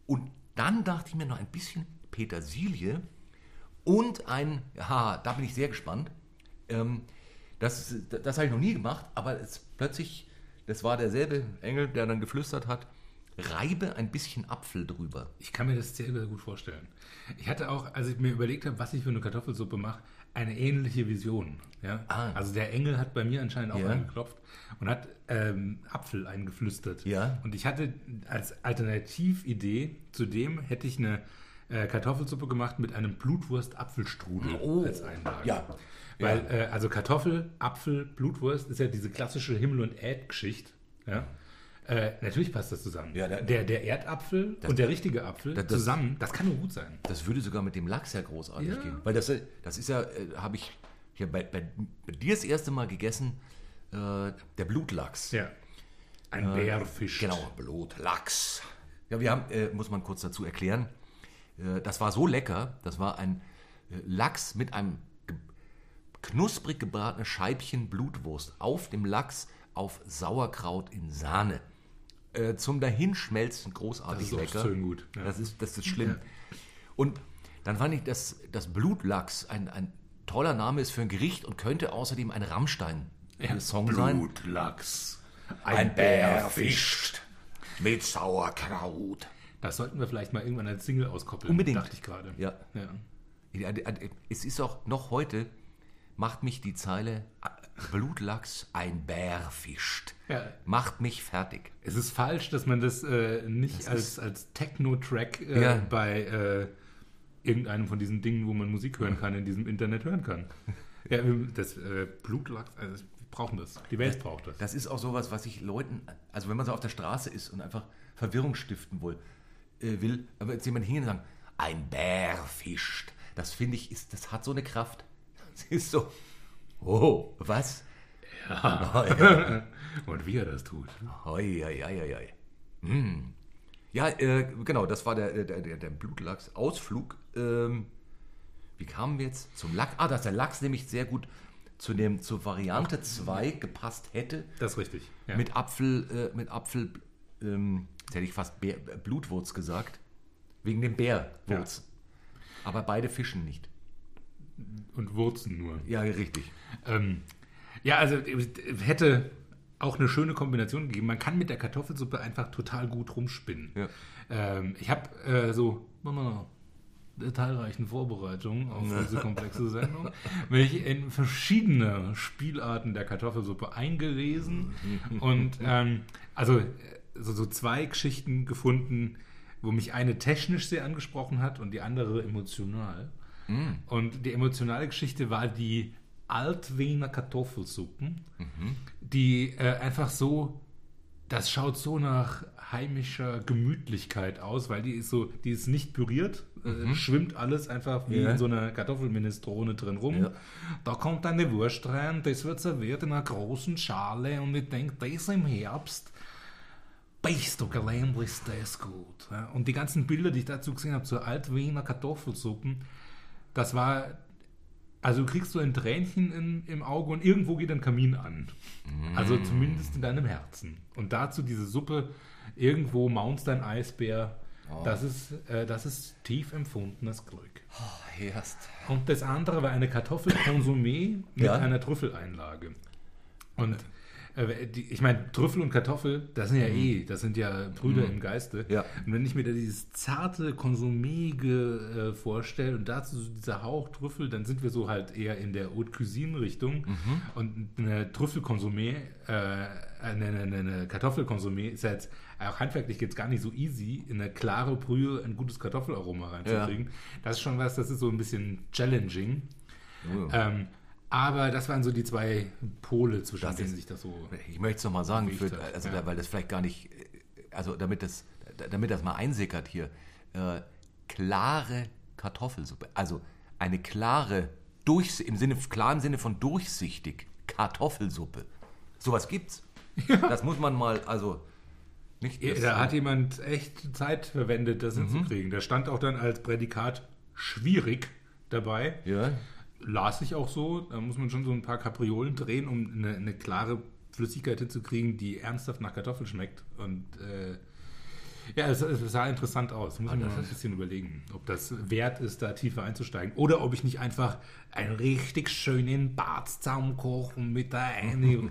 A: Und dann dachte ich mir noch ein bisschen Petersilie und ein, ha, da bin ich sehr gespannt. Ähm, das ist- das habe ich noch nie gemacht, aber es plötzlich, das war derselbe Engel, der dann geflüstert hat, reibe ein bisschen Apfel drüber.
B: Ich kann mir das sehr, sehr gut vorstellen. Ich hatte auch, als ich mir überlegt habe, was ich für eine Kartoffelsuppe mache, eine ähnliche Vision. Ja?
A: Ah.
B: Also der Engel hat bei mir anscheinend auch
A: Ja.
B: angeklopft und hat ähm, Apfel eingeflüstert.
A: Ja.
B: Und ich hatte als Alternatividee zu dem hätte ich eine äh, Kartoffelsuppe gemacht mit einem Blutwurst-Apfelstrudel
A: Oh.
B: als Einlage.
A: Ja.
B: Weil, äh, also Kartoffel, Apfel, Blutwurst ist ja diese klassische Himmel- und Erd-Geschichte. Ja? Äh, natürlich passt das zusammen.
A: Ja, da-
B: der, der Erdapfel und der richtige Apfel
A: das-
B: zusammen, das kann nur gut sein.
A: Das würde sogar mit dem Lachs ja großartig
B: Ja.
A: gehen. Weil das, äh, das ist ja, äh, habe ich ja bei, bei, bei dir das erste Mal gegessen, äh, der Blutlachs.
B: Ja. Ein äh, Bärfisch.
A: Genau, Blutlachs. Ja, wir haben, äh, muss man kurz dazu erklären, äh, das war so lecker, das war ein äh, Lachs mit einem ge knusprig gebratenen Scheibchen Blutwurst auf dem Lachs auf Sauerkraut in Sahne. Äh, zum Dahinschmelzen großartig
B: Das ist
A: lecker.
B: obszön gut, ja.
A: Das, ist, das ist schlimm. Und dann fand ich, dass das Blutlachs ein, ein toller Name ist für ein Gericht und könnte außerdem ein Rammstein-Song sein.
B: Blutlachs.
A: Ein Bär fischt mit Sauerkraut.
B: Das sollten wir vielleicht mal irgendwann als Single auskoppeln.
A: Unbedingt.
B: Dachte ich gerade.
A: Ja.
B: ja.
A: äh, Es ist auch noch heute, macht mich die Zeile äh, Blutlachs ein Bär fischt.
B: Ja.
A: Macht mich fertig.
B: Es ist falsch, dass man das äh, nicht als, als Techno-Track äh,
A: Ja.
B: bei äh, irgendeinem von diesen Dingen, wo man Musik hören kann, in diesem Internet
A: <laughs>
B: hören kann. Ja, das äh, Blutlachs, also wir brauchen das. Die Welt braucht das.
A: Das ist auch sowas, was ich Leuten, also wenn man so auf der Straße ist und einfach Verwirrung stiften will, äh, will aber jetzt jemand hingehen und sagen, ein Bär fischt. Das finde ich, ist, das hat so eine Kraft. <laughs> Das ist so, oh, was? <laughs> Ja. ja.
B: Und wie er das tut.
A: Hoi, hoi, hoi, hoi, hoi. Hm. Ja, äh, genau, das war der, der, der, der Blutlachs-Ausflug. Ähm, wie kamen wir jetzt zum Lachs? Ah, dass der Lachs nämlich sehr gut zu dem, zur Variante 2 gepasst hätte.
B: Das ist richtig. Ja.
A: Mit Apfel, äh, mit Apfel, ähm, jetzt hätte ich fast Bär, Blutwurz gesagt. Wegen dem Bärwurz. Aber beide fischen nicht.
B: und Wurzen nur.
A: Ja, richtig.
B: Ähm, ja, also äh, hätte auch eine schöne Kombination gegeben. Man kann mit der Kartoffelsuppe einfach total gut rumspinnen.
A: Ja.
B: Ähm, ich habe äh, so Mama, detailreichen Vorbereitungen auf diese komplexe Sendung, mich in verschiedene Spielarten der Kartoffelsuppe eingelesen und ähm, also äh, so, so zwei Geschichten gefunden, wo mich eine technisch sehr angesprochen hat und die andere emotional. Und die emotionale Geschichte war die Altwiener Kartoffelsuppen, die äh, einfach so, das schaut so nach heimischer Gemütlichkeit aus, weil die ist so, die ist nicht püriert, äh, schwimmt alles einfach wie
A: Mhm. Ja.
B: in so einer Kartoffelminestrone drin rum.
A: Ja.
B: Da kommt eine Wurst rein, das wird serviert in einer großen Schale und ich denke, das im Herbst, bist du gelähmt, ist das gut. Ja, und die ganzen Bilder, die ich dazu gesehen habe, zur Altwiener Kartoffelsuppen, das war also du kriegst so ein Tränchen in, im Auge und irgendwo geht ein Kamin an. Also zumindest in deinem Herzen. Und dazu diese Suppe, irgendwo maunst ein Eisbär. Das, ist, äh, das ist tief empfundenes Glück.
A: Oh, Erst.
B: Und das andere war eine Kartoffelkonsumé mit
A: Ja.
B: einer Trüffeleinlage. Und äh, die, ich meine, Trüffel und Kartoffel, das sind ja eh, das sind ja Brüder im Geiste.
A: Mhm. Ja.
B: Und wenn ich mir da dieses zarte Konsumé ge- äh, vorstelle und dazu so dieser Hauch Trüffel, dann sind wir so halt eher in der Haute Cuisine-Richtung.
A: Mhm.
B: Und eine Trüffelkonsumé, äh, eine, eine, eine Kartoffelkonsumé ist ja jetzt auch handwerklich jetzt gar nicht so easy, in eine klare Brühe ein gutes Kartoffelaroma reinzukriegen. Das ist schon was, das ist so ein bisschen challenging.
A: Oh.
B: Ähm, aber das waren so die zwei Pole, zwischen
A: Das
B: denen
A: ist-
B: sich das so. Äh,
A: Ich möchte es nochmal sagen, für,
B: Wichtig,
A: also
B: ja.
A: da, weil das vielleicht gar nicht, äh, also damit das, da- damit das mal einsickert hier, äh, klare Kartoffelsuppe, also eine klare, durchs, im Sinne, klaren Sinne von durchsichtig, Kartoffelsuppe. Sowas gibt's. Das muss man mal, also nicht. das- Mhm.
B: Da hat jemand echt Zeit verwendet, das hinzukriegen. Da stand auch dann als Prädikat schwierig dabei.
A: ja,
B: Las ich auch so. Da muss man schon so ein paar Kapriolen drehen, um eine, eine klare Flüssigkeit hinzukriegen, die ernsthaft nach Kartoffel schmeckt. Und äh, ja, es, es sah interessant aus. Muss ich mir mal ein bisschen überlegen, ob das wert ist, da tiefer einzusteigen. Oder ob ich nicht einfach einen richtig schönen Bartzaum koche und mit der eine.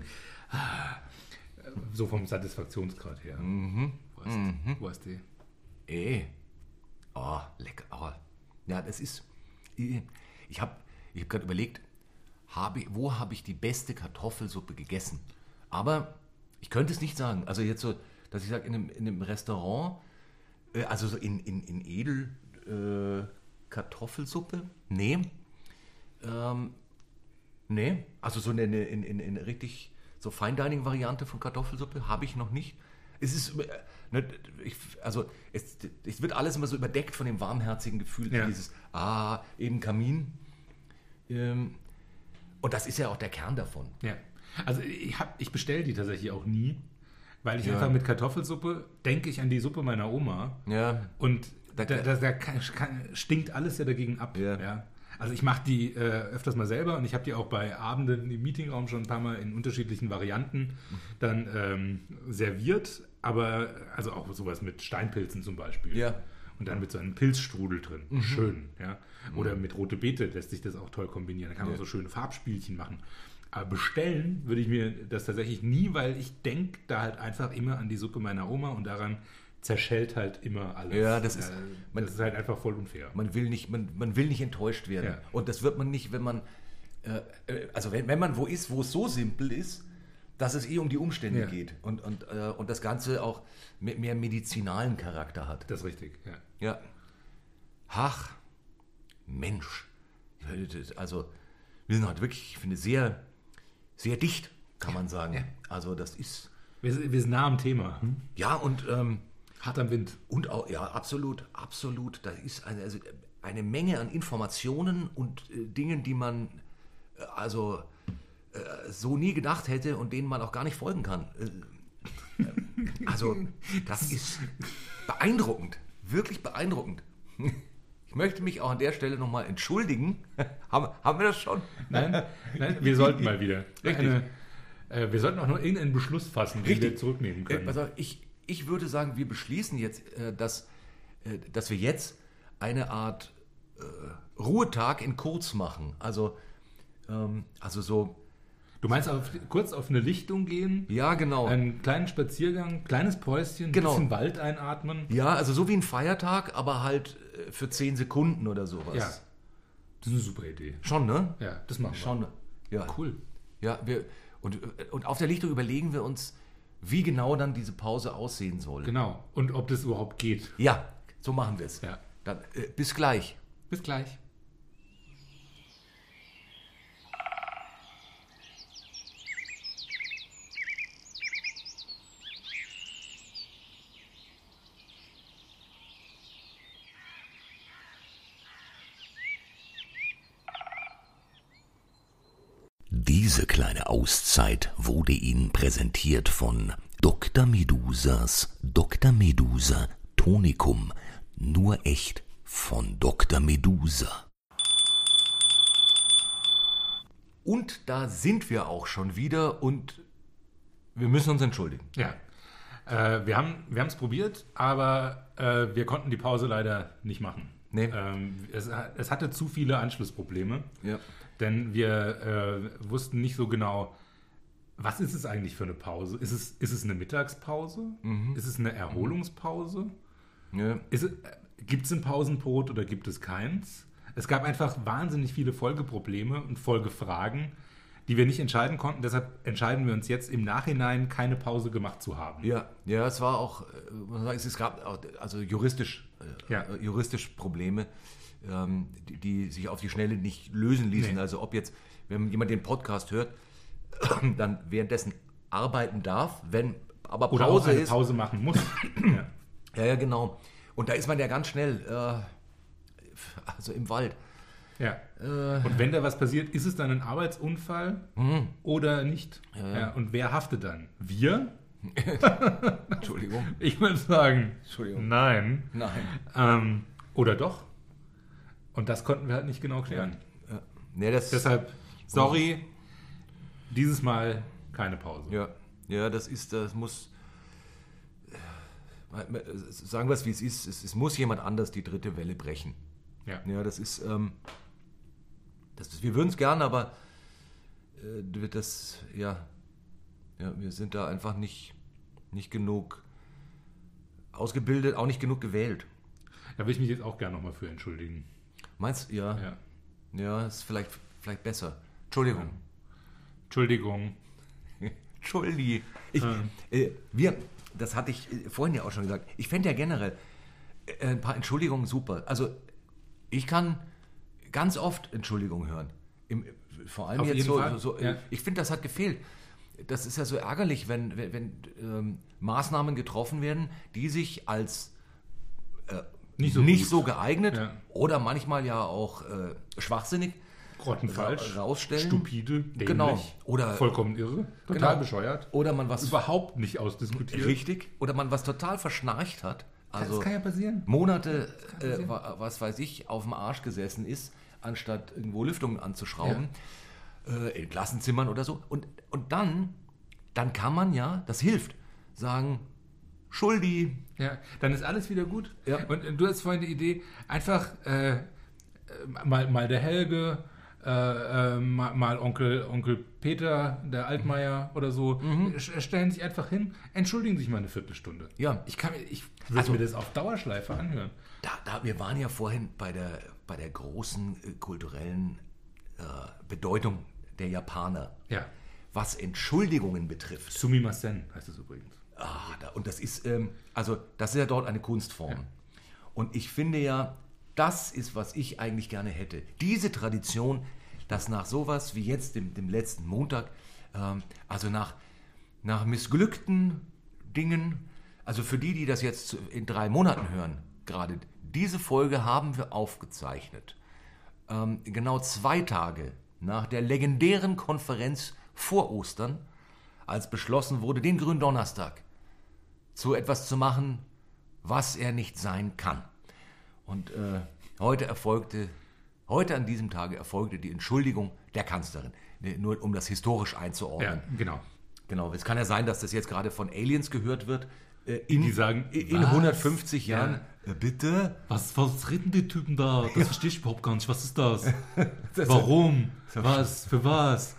B: so vom Satisfaktionsgrad her. Weißt, weißt du?
A: Ey. Oh, Äh. lecker. Oh. Ja, das ist. äh, Ich habe ich hab gerade überlegt, habe, wo habe ich die beste Kartoffelsuppe gegessen? Aber ich könnte es nicht sagen. Also jetzt so, dass ich sage, in einem, in einem Restaurant, äh, also so in, in, in Edel äh, Kartoffelsuppe? Nee. Ähm, nee. Also so eine, eine, in, in, in richtig so Feindining-Variante von Kartoffelsuppe habe ich noch nicht. Es ist, äh, ne, ich, also es, es wird alles immer so überdeckt von dem warmherzigen Gefühl,
B: Ja.
A: dieses, ah, eben Kamin. Ähm, und das ist ja auch der Kern davon.
B: Ja. Also ich, hab- ich bestelle die tatsächlich auch nie, weil ich
A: Ja.
B: einfach mit Kartoffelsuppe denke ich an die Suppe meiner Oma.
A: Ja.
B: Und
A: Da-
B: da, da, da, kann, kann, stinkt alles ja dagegen ab.
A: Ja.
B: Also ich mache die äh, öfters mal selber und ich habe die auch bei Abenden im Meetingraum schon ein paar Mal in unterschiedlichen Varianten dann ähm, serviert, aber also auch sowas mit Steinpilzen zum Beispiel.
A: Ja. Mhm.
B: Und dann mit so einem Pilzstrudel drin. Schön, ja. Oder mit rote Beete lässt sich das auch toll kombinieren. Da kann man
A: Ja.
B: so schöne Farbspielchen machen. Aber bestellen würde ich mir das tatsächlich nie, weil ich denke da halt einfach immer an die Suppe meiner Oma und daran zerschellt halt immer alles.
A: Ja, das ist-
B: Äh,
A: man-
B: das ist halt einfach voll unfair.
A: Man will nicht, man, man will nicht enttäuscht werden.
B: Ja.
A: Und das wird man nicht, wenn man, äh, äh, also wenn, wenn man wo ist, wo es so simpel ist, dass es eh um die Umstände
B: Ja.
A: geht und, und, äh, und das Ganze auch me- mehr medizinalen Charakter hat.
B: Das ist richtig, ja.
A: Ja. Ach, Mensch. Also, wir sind heute wirklich, ich finde, sehr, sehr dicht, kann man sagen.
B: ja.
A: Also, das ist,
B: Wir, sind- wir sind nah am Thema.
A: ja, und, ähm,
B: Hart am Wind.
A: und auch, ja, absolut, absolut. Da ist eine, also eine Menge an Informationen und äh, Dingen, die man äh, also äh, so nie gedacht hätte und denen man auch gar nicht folgen kann. Äh, äh, also, das ist beeindruckend, wirklich beeindruckend. Ich möchte mich auch an der Stelle nochmal entschuldigen. <laughs> Haben, haben wir das schon?
B: Nein, <laughs> nein wir sollten mal wieder.
A: <laughs> Richtig.
B: äh, wir sollten auch noch irgendeinen Beschluss fassen, den wir
A: Richtig.
B: zurücknehmen
A: Äh,
B: können.
A: pass auf, ich, ich würde sagen, wir beschließen jetzt, äh, dass, äh, dass wir jetzt eine Art äh, Ruhetag in kurz machen. Also, ähm, also so,
B: du meinst auf, kurz auf eine Lichtung gehen?
A: ja, genau.
B: Einen kleinen Spaziergang, kleines Päuschen,
A: Genau.
B: bisschen Wald einatmen.
A: ja, also so wie ein Feiertag, aber halt äh, für 10 Sekunden oder sowas.
B: Ja. Das ist eine super Idee.
A: Schon, ne?
B: Ja, das machen wir.
A: Schon. Ja.
B: Cool.
A: Ja, wir, und, äh, und auf der Lichtung überlegen wir uns, wie genau dann diese Pause aussehen soll.
B: Genau. Und ob das überhaupt geht.
A: Ja, so machen wir es.
B: Ja.
A: Dann äh, bis gleich.
B: Bis gleich.
D: Diese kleine Auszeit wurde Ihnen präsentiert von Dr. Medusas Dr. Medusa Tonikum. Nur echt von Dr. Medusa. Und da sind wir auch schon wieder und wir müssen uns entschuldigen.
B: Ja. Äh, wir haben wir es probiert, aber äh, wir konnten die Pause leider nicht machen.
D: Nee.
B: Ähm, es, ha- es hatte zu viele Anschlussprobleme,
D: Ja.
B: denn wir äh, wussten nicht so genau, was ist es eigentlich für eine Pause? Ist es, ist es eine Mittagspause?
D: Mhm.
B: Ist es eine Erholungspause?
D: ja.
B: Gibt es äh, ein Pausenbrot oder gibt es keins? Es gab einfach wahnsinnig viele Folgeprobleme und Folgefragen, die wir nicht entscheiden konnten. Deshalb entscheiden wir uns jetzt im Nachhinein, keine Pause gemacht zu haben.
D: Ja, ja, es war auch, äh, muss man sagen, es- es gab auch, also juristisch, äh,
B: Ja.
D: äh, juristisch Probleme, ähm, die, die sich auf die Schnelle nicht lösen ließen.
B: Nee.
D: Also ob jetzt, wenn jemand den Podcast hört, <clears throat> dann währenddessen arbeiten darf, wenn aber Pause
B: Oder auch eine
D: ist.
B: Pause machen
D: <coughs>
B: muss. ja.
D: Ja, ja, genau. Und da ist man ja ganz schnell, äh, also im Wald.
B: Ja.
D: Äh.
B: Und wenn da was passiert, ist es dann ein Arbeitsunfall
D: Mhm.
B: oder nicht? Ja. Und wer haftet dann? Wir?
D: Entschuldigung.
B: Ich würde sagen,
D: Entschuldigung.
B: nein.
D: Nein.
B: Ähm, oder doch? Und das konnten wir halt nicht genau klären.
D: Nee, das,
B: Deshalb, sorry, dieses Mal keine Pause.
D: Ja, ja, das ist, das muss. Sagen wir es, wie es ist. Es, es muss jemand anders die dritte Welle brechen.
B: Ja.
D: Ja, das ist. Ähm, das ist wir würden es gern, aber äh, wird das, ja, ja, wir sind da einfach nicht, nicht genug ausgebildet, auch nicht genug gewählt.
B: Da will ich mich jetzt auch gerne nochmal für entschuldigen.
D: Meinst du? Ja, ja,
B: Ja.
D: ist vielleicht, vielleicht besser. Entschuldigung.
B: Entschuldigung.
D: Entschuldi. Ich,
B: Hm.
D: äh, wir, das hatte ich äh, vorhin ja auch schon gesagt. Ich fände ja generell äh, ein paar Entschuldigungen super. Also ich kann ganz oft Entschuldigungen hören. Im, vor allem
B: Auf
D: jetzt
B: jeden
D: so.
B: Fall,
D: so
B: ja.
D: Ich finde, das hat gefehlt. Das ist ja so ärgerlich, wenn, wenn, wenn ähm, Maßnahmen getroffen werden, die sich als äh,
B: Nicht so
D: nicht
B: gut.
D: so geeignet
B: Ja.
D: oder manchmal ja auch äh, schwachsinnig
B: Grottenfalsch.
D: ra- rausstellen.
B: Stupide. Dämlich,
D: Genau. Oder-
B: vollkommen irre. Total
D: Genau.
B: bescheuert.
D: oder man was
B: Überhaupt nicht ausdiskutiert.
D: richtig Äh, oder man was total verschnarcht hat. Also
B: das kann ja passieren.
D: Monate, äh, wa- was weiß ich, auf dem Arsch gesessen ist, anstatt irgendwo Lüftungen anzuschrauben, äh, in Klassenzimmern oder so. Und, und dann, dann kann man ja, das hilft, sagen, Schuldi,
B: Ja, dann ist alles wieder gut.
D: Ja.
B: Und äh, du hast vorhin die Idee, einfach äh, äh, mal, mal der Helge, äh, äh, mal, mal Onkel, Onkel Peter, der Altmaier
D: Mhm.
B: oder so, sch- äh, stellen sich einfach hin, entschuldigen sich mal eine Viertelstunde.
D: Ja.
B: Ich kann mir- ich würde
D: Also-
B: mir das auf Dauerschleife anhören.
D: Da, da, wir waren ja vorhin bei der, bei der großen äh, kulturellen äh, Bedeutung der Japaner,
B: Ja.
D: was Entschuldigungen betrifft.
B: Sumimasen heißt es übrigens.
D: Ah, da, und das ist, ähm, also das ist ja dort eine Kunstform. Und ich finde ja, das ist, was ich eigentlich gerne hätte. Diese Tradition, dass nach sowas wie jetzt, dem, dem letzten Montag, ähm, also nach, nach missglückten Dingen, also für die, die das jetzt zu- in drei Monaten hören, gerade diese Folge haben wir aufgezeichnet. Ähm, genau zwei Tage nach der legendären Konferenz vor Ostern, als beschlossen wurde, den Gründonnerstag zu etwas zu machen, was er nicht sein kann. Und äh, heute erfolgte, heute an diesem Tage erfolgte die Entschuldigung der Kanzlerin. Ne, Nur um das historisch einzuordnen.
B: Ja, genau.
D: Genau, es kann ja sein, dass das jetzt gerade von Aliens gehört wird. äh, In,
B: Die sagen,
D: in in
B: was?
D: 150 Jahren, äh, bitte?
E: Was, was reden die Typen da? Das verstehe ich überhaupt gar nicht. Was ist
D: <laughs>
E: das? Warum? Was? Für was?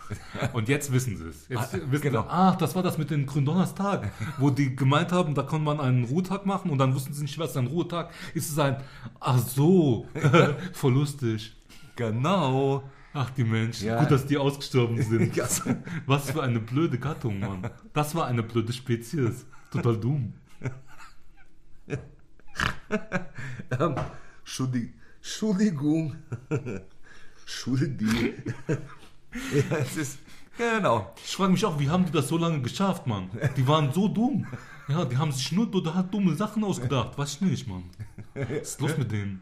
B: Und jetzt wissen sie es. Jetzt wissen
D: genau.
B: sie,
E: Ach, das war das mit dem Gründonnerstag, wo die gemeint haben, da kann man einen Ruhetag machen und dann wussten sie nicht, was ein Ruhetag ist. Es ist ein, ach so, <laughs> voll lustig.
D: Genau.
E: Ach, die Menschen,
D: Ja.
E: gut, dass die
D: <laughs>
E: ausgestorben sind.
D: Ja, so.
E: Was für eine blöde Gattung, Mann. Das war eine blöde Spezies. Total dumm.
D: Ähm, Entschuldi- Entschuldigung. Entschuldigung. <laughs> ja, es ist, genau.
E: Ich frage mich auch, wie haben die das so lange geschafft, Mann? Die waren so dumm. Ja, die haben sich nur total dumme Sachen ausgedacht. Weiß ich nicht, Mann. Was ist los mit denen?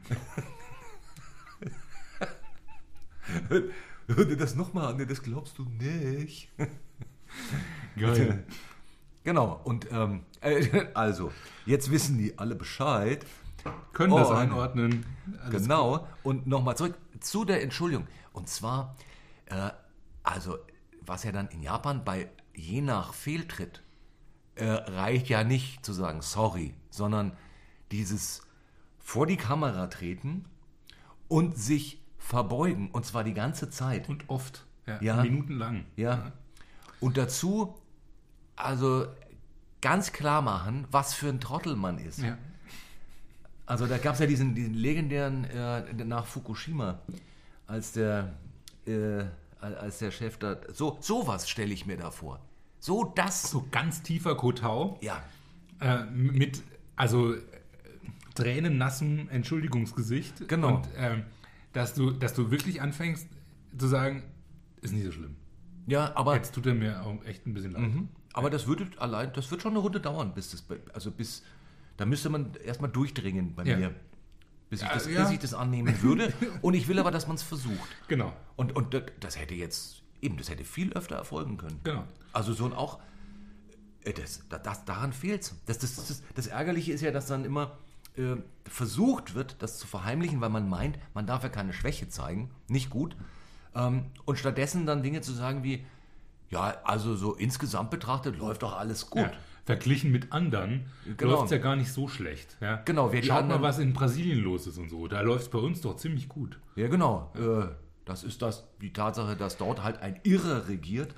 D: Hör dir das nochmal an, nee, das glaubst du nicht. <laughs>
B: Geil.
D: Genau, und ähm, <laughs> äh, also, jetzt wissen die alle Bescheid.
B: Können das
D: Oh.
B: einordnen. Alles
D: genau, und nochmal zurück zu der Entschuldigung. Und zwar, äh, also, was ja dann in Japan bei je nach Fehltritt äh, reicht ja nicht zu sagen sorry, sondern dieses vor die Kamera treten und sich verbeugen, und zwar die ganze Zeit.
B: Und oft. Ja,
D: Ja.
B: Minutenlang.
D: Ja. Und dazu, also ganz klar machen, was für ein Trottel man ist.
B: Ja.
D: Also da gab es ja diesen, diesen legendären äh, nach Fukushima, als der, äh, als der Chef da. So, sowas stelle ich mir da vor. So das.
B: So ganz tiefer Kotau.
D: Ja.
B: Äh, mit, also äh, tränennassem Entschuldigungsgesicht.
D: Genau.
B: Und ähm, dass, du, dass du wirklich anfängst zu sagen, ist nicht so schlimm.
D: Ja, aber,
B: Jetzt äh, tut er mir auch echt ein bisschen leid.
E: Mhm.
D: aber das würde allein, das wird schon eine Runde dauern, bis das, bei- also bis, da müsste man erstmal durchdringen bei
B: Ja.
D: mir, bis ich, das,
B: ja.
D: bis ich das annehmen würde. Und ich will aber, dass man es versucht.
B: Genau,
D: Und, und das- das hätte jetzt, eben, das hätte viel öfter erfolgen können.
B: genau.
D: Also so ein auch, äh, das, da- das, daran fehlt es. Das, das, das, das Ärgerliche ist ja, dass dann immer äh, versucht wird, das zu verheimlichen, weil man meint, man darf ja keine Schwäche zeigen, nicht gut. Ähm, und stattdessen dann Dinge zu sagen wie, ja, also so insgesamt betrachtet läuft doch alles gut.
B: Ja. Verglichen mit anderen
D: Genau.
B: läuft es ja gar nicht so schlecht. Ja?
D: Genau, wer die
B: Schaut
D: anderen-
B: mal, was in Brasilien los ist und so. Da läuft es bei uns doch ziemlich gut.
D: Ja, genau. Äh, das ist das, die Tatsache, dass dort halt ein Irrer regiert.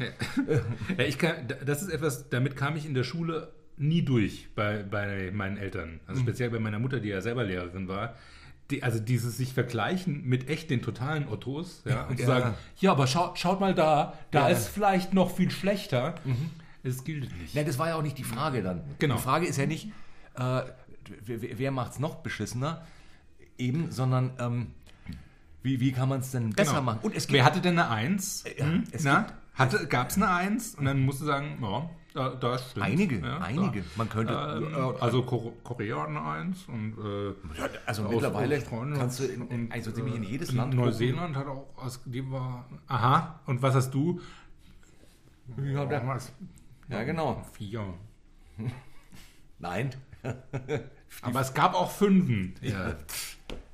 B: Ja, ich kann, da- das ist etwas, damit kam ich in der Schule nie durch bei, bei meinen Eltern. Also speziell bei meiner Mutter, die ja selber Lehrerin war. Die, also dieses sich vergleichen mit echt den totalen Ottos ja, und zu
D: Ja.
B: sagen, ja, aber schau, schaut mal da, da
D: Ja.
B: ist vielleicht noch viel schlechter. Es gilt nicht.
D: Nein, das war ja auch nicht die Frage dann.
B: Genau.
D: Die Frage ist ja nicht, äh, wer- wer, wer macht es noch beschissener, eben, sondern ähm, wie, wie kann man es denn besser
B: Genau.
D: machen? Und es
B: Wer
D: gibt, Äh,
B: hatte denn eine Eins?
D: Ja,
B: Hm?
D: es
B: Na, hatte, gab es eine Eins? Und dann musst du sagen, ja, da, da stimmt.
D: Einige,
B: ja,
D: einige.
B: Da.
D: Man könnte-
B: Ähm, also Kor Korea eine Eins und äh,
D: also
B: aus-
D: mittlerweile
B: Australien
D: kannst du
B: und-
D: in,
B: und,
D: also ziemlich in
B: äh,
D: jedes
B: in
D: Land
B: Neuseeland hat auch, aus, die war, aha, und was hast du?
D: gucken. Ja, da-
B: was?
D: ja, genau.
B: Vier.
D: Nein.
B: Aber es gab auch Fünfen. Ja.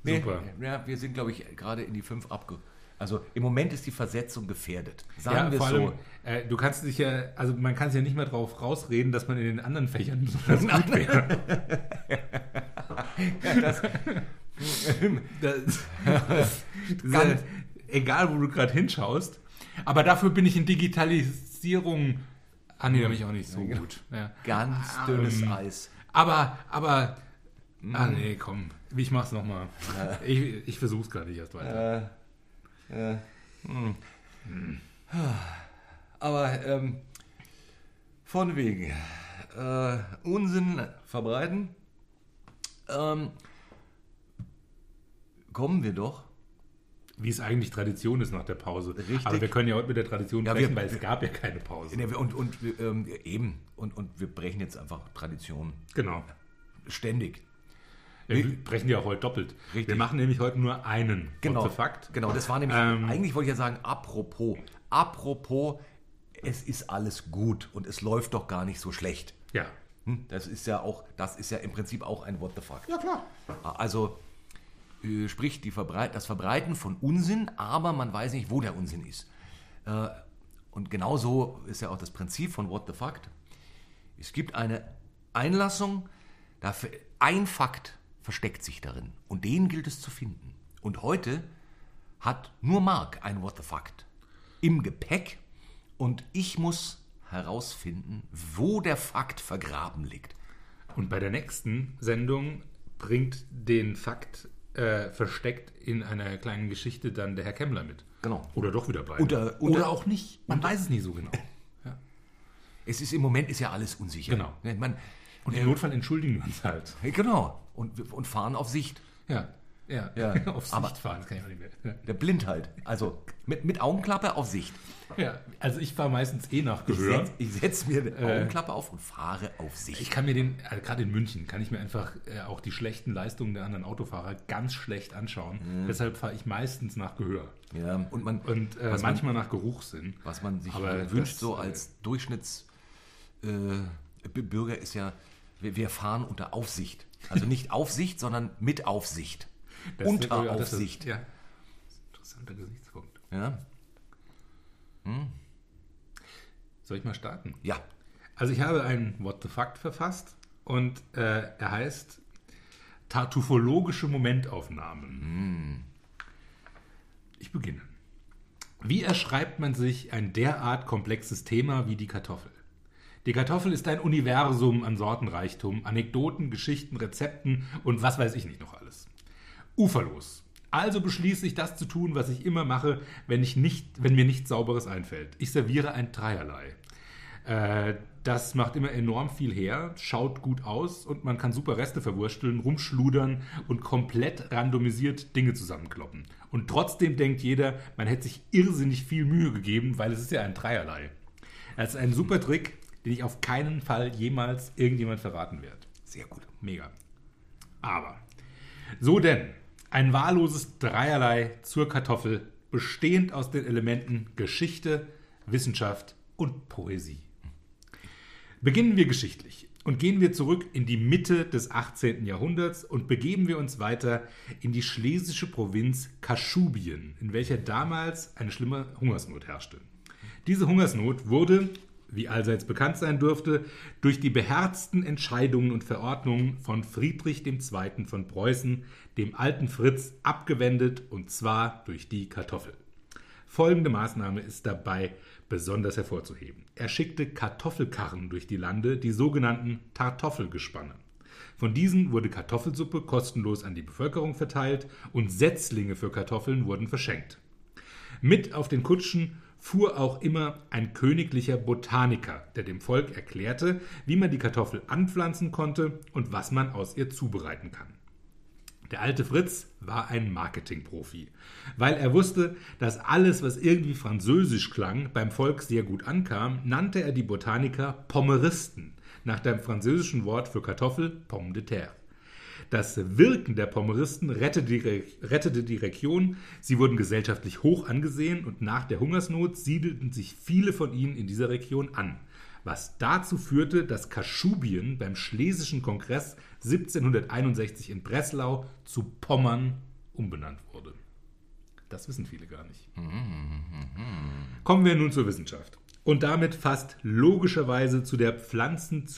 D: Nee.
B: Super.
D: Ja, wir sind, glaube ich, gerade in die fünf abge... Also im Moment ist die Versetzung gefährdet. Sagen
B: Ja,
D: wir
B: vor
D: es
B: allem,
D: so.
B: äh, du kannst dich ja, also man kann es ja nicht mehr drauf rausreden, dass man in den anderen Fächern
D: <laughs>
B: besonders gut wäre. Das- das-
D: Ganz-
B: egal, wo du gerade hinschaust. Aber dafür bin ich in Digitalisierung. Ah, nee, da bin ich auch nicht so
D: genau.
B: gut. Ja.
D: Ganz dünnes
B: Ähm,
D: Eis.
B: Aber, aber.
D: Mhm.
B: Ah, nee, komm. Ich mach's nochmal. Ich, ich versuch's gar nicht erst weiter.
D: Aber ähm, von wegen äh, Unsinn verbreiten, ähm, kommen wir doch.
B: Wie es eigentlich Tradition ist nach der Pause.
D: Richtig.
B: Aber wir können ja heute mit der Tradition
D: Ja,
B: brechen,
D: wir-
B: weil es gab ja keine Pause.
D: Ne, wir- Und, und wir, ähm, eben, und, und wir brechen jetzt einfach Traditionen.
B: Genau.
D: Ständig.
B: Ja, Wir brechen ja auch heute doppelt.
D: Richtig.
B: Wir machen nämlich heute nur einen.
D: Genau.
B: Fakt.
D: Genau, das war nämlich,
B: Ähm.
D: eigentlich wollte ich ja sagen, apropos, apropos, es ist alles gut und es läuft doch gar nicht so schlecht.
B: Ja.
D: Hm? Das ist ja auch, das ist ja im Prinzip auch ein What the fuck.
B: Ja, klar.
D: Also äh, sprich die Verbreit das Verbreiten von Unsinn, aber man weiß nicht, wo der Unsinn ist. Äh, und genauso ist ja auch das Prinzip von What the Fact. Es gibt eine Einlassung, da f- ein Fakt versteckt sich darin und den gilt es zu finden. Und heute hat nur Mark ein What the Fact im Gepäck und ich muss herausfinden, wo der Fakt vergraben liegt.
B: Und bei der nächsten Sendung bringt den Fakt äh, versteckt in einer kleinen Geschichte dann der Herr Kemmler mit.
D: Genau.
B: Oder doch wieder beide.
D: Unter- unter-
B: Oder auch nicht. Man weiß es nie so
D: <laughs>
B: genau.
D: Es ist im Moment ist ja alles unsicher.
B: Genau.
D: Ne, Man,
B: Und im Notfall entschuldigen wir uns halt.
D: Hey, Genau. Und, und fahren auf Sicht.
B: Ja. Ja, <laughs>
D: Ja,
B: auf Sicht
D: aber-
B: fahren, das kann ich auch nicht mehr. Ja.
D: Der Blindheit. Also mit, mit Augenklappe auf Sicht.
B: Ja, also ich fahre meistens eh nach
D: Ich
B: Gehör.
D: setze setz mir eine
B: Äh.
D: Augenklappe auf und fahre auf Sicht.
B: Ich kann mir den, also gerade in München, kann ich mir einfach äh, auch die schlechten Leistungen der anderen Autofahrer ganz schlecht
D: Mhm.
B: anschauen. Deshalb fahre ich meistens nach Gehör
D: ja, und man,
B: und äh,
D: was man-
B: manchmal nach Geruchssinn.
D: Was man sich
B: Aber
D: wünscht,
B: das,
D: so
B: äh,
D: als Durchschnittsbürger, äh, B- Bürger ist ja, wir, wir fahren unter Aufsicht.
B: <laughs>
D: Also nicht Aufsicht, sondern mit Aufsicht.
B: Das ist
D: unter
B: ja- das ist-
D: Aufsicht.
B: Ja. Interessanter Gesichtspunkt.
D: ja.
B: Soll ich mal starten?
D: ja.
B: Also ich habe einen What the Fact verfasst und äh, er heißt Tartuffologische Momentaufnahmen. Ich beginne. Wie erschreibt man sich ein derart komplexes Thema wie die Kartoffel? Die Kartoffel ist ein Universum an Sortenreichtum, Anekdoten, Geschichten, Rezepten und was weiß ich nicht noch alles uferlos. Also beschließe ich das zu tun, was ich immer mache, wenn, ich nicht, wenn mir nichts Sauberes einfällt. Ich serviere ein Dreierlei. Äh, das macht immer enorm viel her, schaut gut aus und man kann super Reste verwursteln, rumschludern und komplett randomisiert Dinge zusammenkloppen. Und trotzdem denkt jeder, man hätte sich irrsinnig viel Mühe gegeben, weil es ist ja ein Dreierlei. Das ist ein super Trick, den ich auf keinen Fall jemals irgendjemand verraten werde.
D: Sehr gut.
B: Mega. Aber so denn, ein wahlloses Dreierlei zur Kartoffel, bestehend aus den Elementen Geschichte, Wissenschaft und Poesie. Beginnen wir geschichtlich und gehen wir zurück in die Mitte des 18. Jahrhunderts und begeben wir uns weiter in die schlesische Provinz Kaschubien, in welcher damals eine schlimme Hungersnot herrschte. Diese Hungersnot wurde, wie allseits bekannt sein dürfte, durch die beherzten Entscheidungen und Verordnungen von Friedrich II. von Preußen, dem alten Fritz, abgewendet und zwar durch die Kartoffel. Folgende Maßnahme ist dabei besonders hervorzuheben. Er schickte Kartoffelkarren durch die Lande, die sogenannten Tartoffelgespanne. Von diesen wurde Kartoffelsuppe kostenlos an die Bevölkerung verteilt und Setzlinge für Kartoffeln wurden verschenkt. Mit auf den Kutschen fuhr auch immer ein königlicher Botaniker, der dem Volk erklärte, wie man die Kartoffel anpflanzen konnte und was man aus ihr zubereiten kann. Der alte Fritz war ein Marketingprofi, weil er wusste, dass alles, was irgendwie französisch klang, beim Volk sehr gut ankam, nannte er die Botaniker Pommeristen, nach dem französischen Wort für Kartoffel Pomme de terre. Das Wirken der Pommeristen rettete die, Re- rettete die Region, sie wurden gesellschaftlich hoch angesehen und nach der Hungersnot siedelten sich viele von ihnen in dieser Region an was dazu führte, dass Kaschubien beim Schlesischen Kongress 1761 in Breslau zu Pommern umbenannt wurde. Das wissen viele gar nicht. Kommen wir nun zur Wissenschaft. Und damit fast logischerweise zu der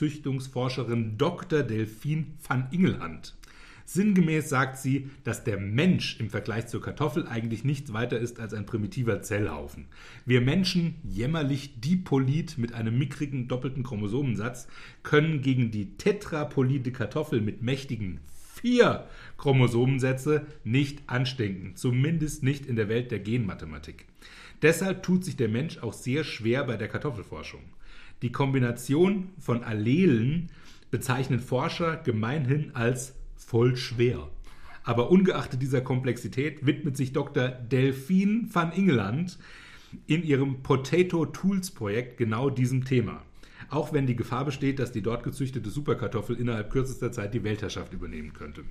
B: Pflanzenzüchtungsforscherin Dr. Delphine van Ingelhand. Sinngemäß sagt sie, dass der Mensch im Vergleich zur Kartoffel eigentlich nichts weiter ist als ein primitiver Zellhaufen. Wir Menschen, jämmerlich dipolit mit einem mickrigen doppelten Chromosomensatz, können gegen die tetrapolide Kartoffel mit mächtigen vier Chromosomensätze nicht anstinken, zumindest nicht in der Welt der Genmathematik. Deshalb tut sich der Mensch auch sehr schwer bei der Kartoffelforschung. Die Kombination von Allelen bezeichnen Forscher gemeinhin als voll schwer. Aber ungeachtet dieser Komplexität widmet sich Dr. Delphine van Ingeland in ihrem Potato Tools Projekt genau diesem Thema. Auch wenn die Gefahr besteht, dass die dort gezüchtete Superkartoffel innerhalb kürzester Zeit die Weltherrschaft übernehmen könnte.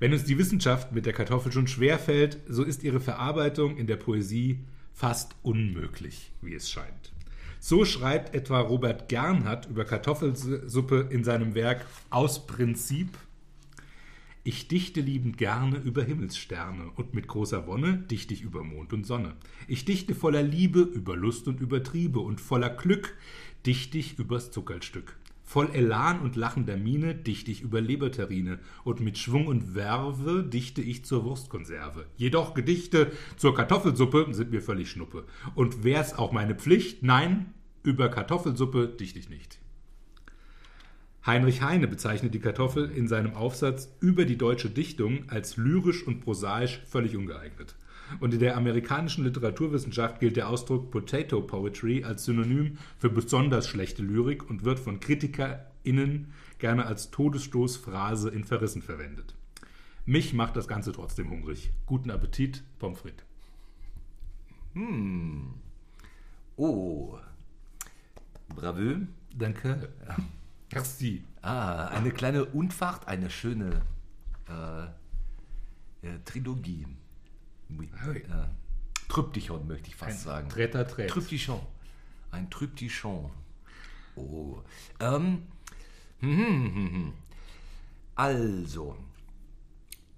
B: Wenn uns die Wissenschaft mit der Kartoffel schon schwer fällt, so ist ihre Verarbeitung in der Poesie fast unmöglich, wie es scheint. So schreibt etwa Robert Gernhardt über Kartoffelsuppe in seinem Werk Aus Prinzip. Ich dichte liebend gerne über Himmelssterne und mit großer Wonne dichte ich über Mond und Sonne. Ich dichte voller Liebe über Lust und über Triebe und voller Glück dichte ich übers Zuckerlstück. Voll Elan und lachender Miene dichte ich über Leberterrine und mit Schwung und Werve dichte ich zur Wurstkonserve. Jedoch Gedichte zur Kartoffelsuppe sind mir völlig Schnuppe. Und wär's auch meine Pflicht? Nein, über Kartoffelsuppe dichte ich nicht. Heinrich Heine bezeichnet die Kartoffel in seinem Aufsatz über die deutsche Dichtung als lyrisch und prosaisch völlig ungeeignet. Und in der amerikanischen Literaturwissenschaft gilt der Ausdruck Potato Poetry als Synonym für besonders schlechte Lyrik und wird von KritikerInnen gerne als Todesstoßphrase in Verrissen verwendet. Mich macht das Ganze trotzdem hungrig. Guten Appetit, Pommes frites.
D: Oh. Bravö.
B: Danke. Merci.
D: Ah, eine kleine Unfacht, eine schöne äh, äh, Trilogie. Oui.
B: Hey.
D: Äh, Triptychon möchte ich fast sagen.
B: Tretter Tret.
D: Tryptychon. Ein Tryptychon. Oh. Ähm. hm, hm, hm, hm. Also.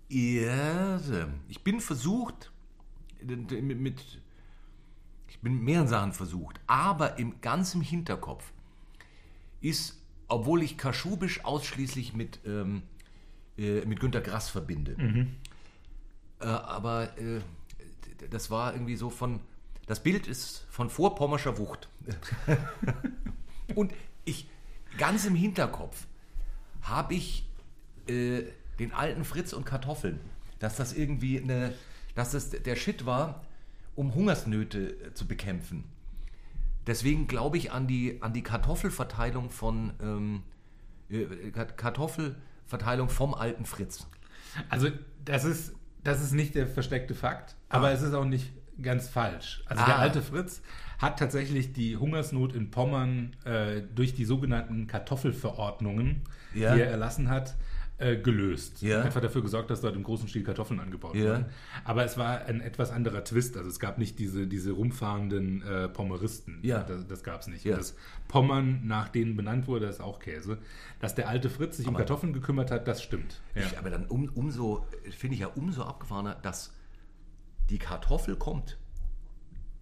D: Erde. Ich bin versucht, mit, mit, ich bin mit mehreren Sachen versucht, aber im ganzen Hinterkopf ist, obwohl ich Kaschubisch ausschließlich mit, ähm, äh, mit Günter Grass verbinde, äh, aber äh, d- das war irgendwie so von. Das Bild ist von vorpommerscher Wucht. Und ich, ganz im Hinterkopf, habe ich äh, den alten Fritz und Kartoffeln, dass das irgendwie eine, dass das der Shit war, um Hungersnöte äh, zu bekämpfen. Deswegen glaube ich an die, an die Kartoffelverteilung von ähm, äh, Kart- Kartoffelverteilung vom alten Fritz.
B: Also, das ist, das ist nicht der versteckte Fakt, aber es ist auch nicht ganz falsch. Also, der
D: Ah.
B: alte Fritz hat tatsächlich die Hungersnot in Pommern äh, durch die sogenannten Kartoffelverordnungen,
D: Ja.
B: die er erlassen hat, äh, gelöst.
D: Ja.
B: Einfach dafür gesorgt, dass dort im großen Stil Kartoffeln angebaut
D: Ja.
B: wurden. Aber es war ein etwas anderer Twist. Also es gab nicht diese, diese rumfahrenden äh, Pommeristen.
D: Ja.
B: Das, das gab es nicht.
D: Ja.
B: Das Pommern, nach denen benannt wurde, ist auch Käse. Dass der alte Fritz sich um Kartoffeln gekümmert hat, das stimmt. Ja.
D: Ich, aber dann um, umso, finde ich ja umso abgefahrener, dass die Kartoffel kommt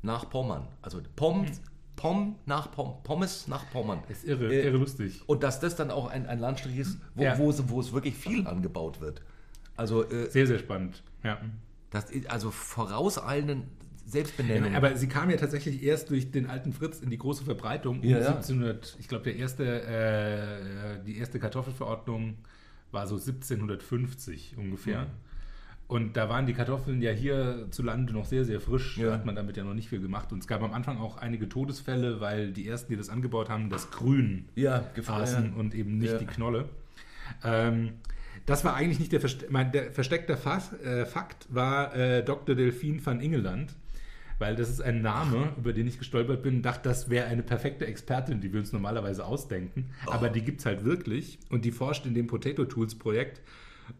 D: nach Pommern. Also Pommes,
B: Hm.
D: Pomm nach Pomm, Pommes nach Pommern.
B: Ist irre,
D: Äh,
B: irre lustig.
D: Und dass das dann auch ein, ein Landstrich ist, wo,
B: Ja.
D: wo, es, wo es wirklich viel angebaut wird. Also, äh,
B: Sehr, sehr spannend. Ja.
D: das, ist- also vorauseilenden Selbstbenennung.
B: Aber sie kam ja tatsächlich erst durch den alten Fritz in die große Verbreitung. Um
D: Ja, ja.
B: 1700, ich glaube, der erste, äh, die erste Kartoffelverordnung war so 1750 ungefähr.
D: Mhm.
B: Und da waren die Kartoffeln ja hier zu Lande noch sehr, sehr frisch. Da
D: Ja.
B: hat man damit ja noch nicht viel gemacht. Und es gab am Anfang auch einige Todesfälle, weil die ersten, die das angebaut haben, das Grün
D: ja,
B: aßen
D: gefallen.
B: und eben nicht
D: Ja.
B: die Knolle. Ähm, das war eigentlich nicht der, Verste mein, der versteckter Fas äh, Fakt, war äh, Dr. Delfin van Ingeland, weil das ist ein Name, über den ich gestolpert bin, dachte, das wäre eine perfekte Expertin, die wir uns normalerweise ausdenken,
D: Oh.
B: aber die gibt es halt wirklich und die forscht in dem Potato Tools Projekt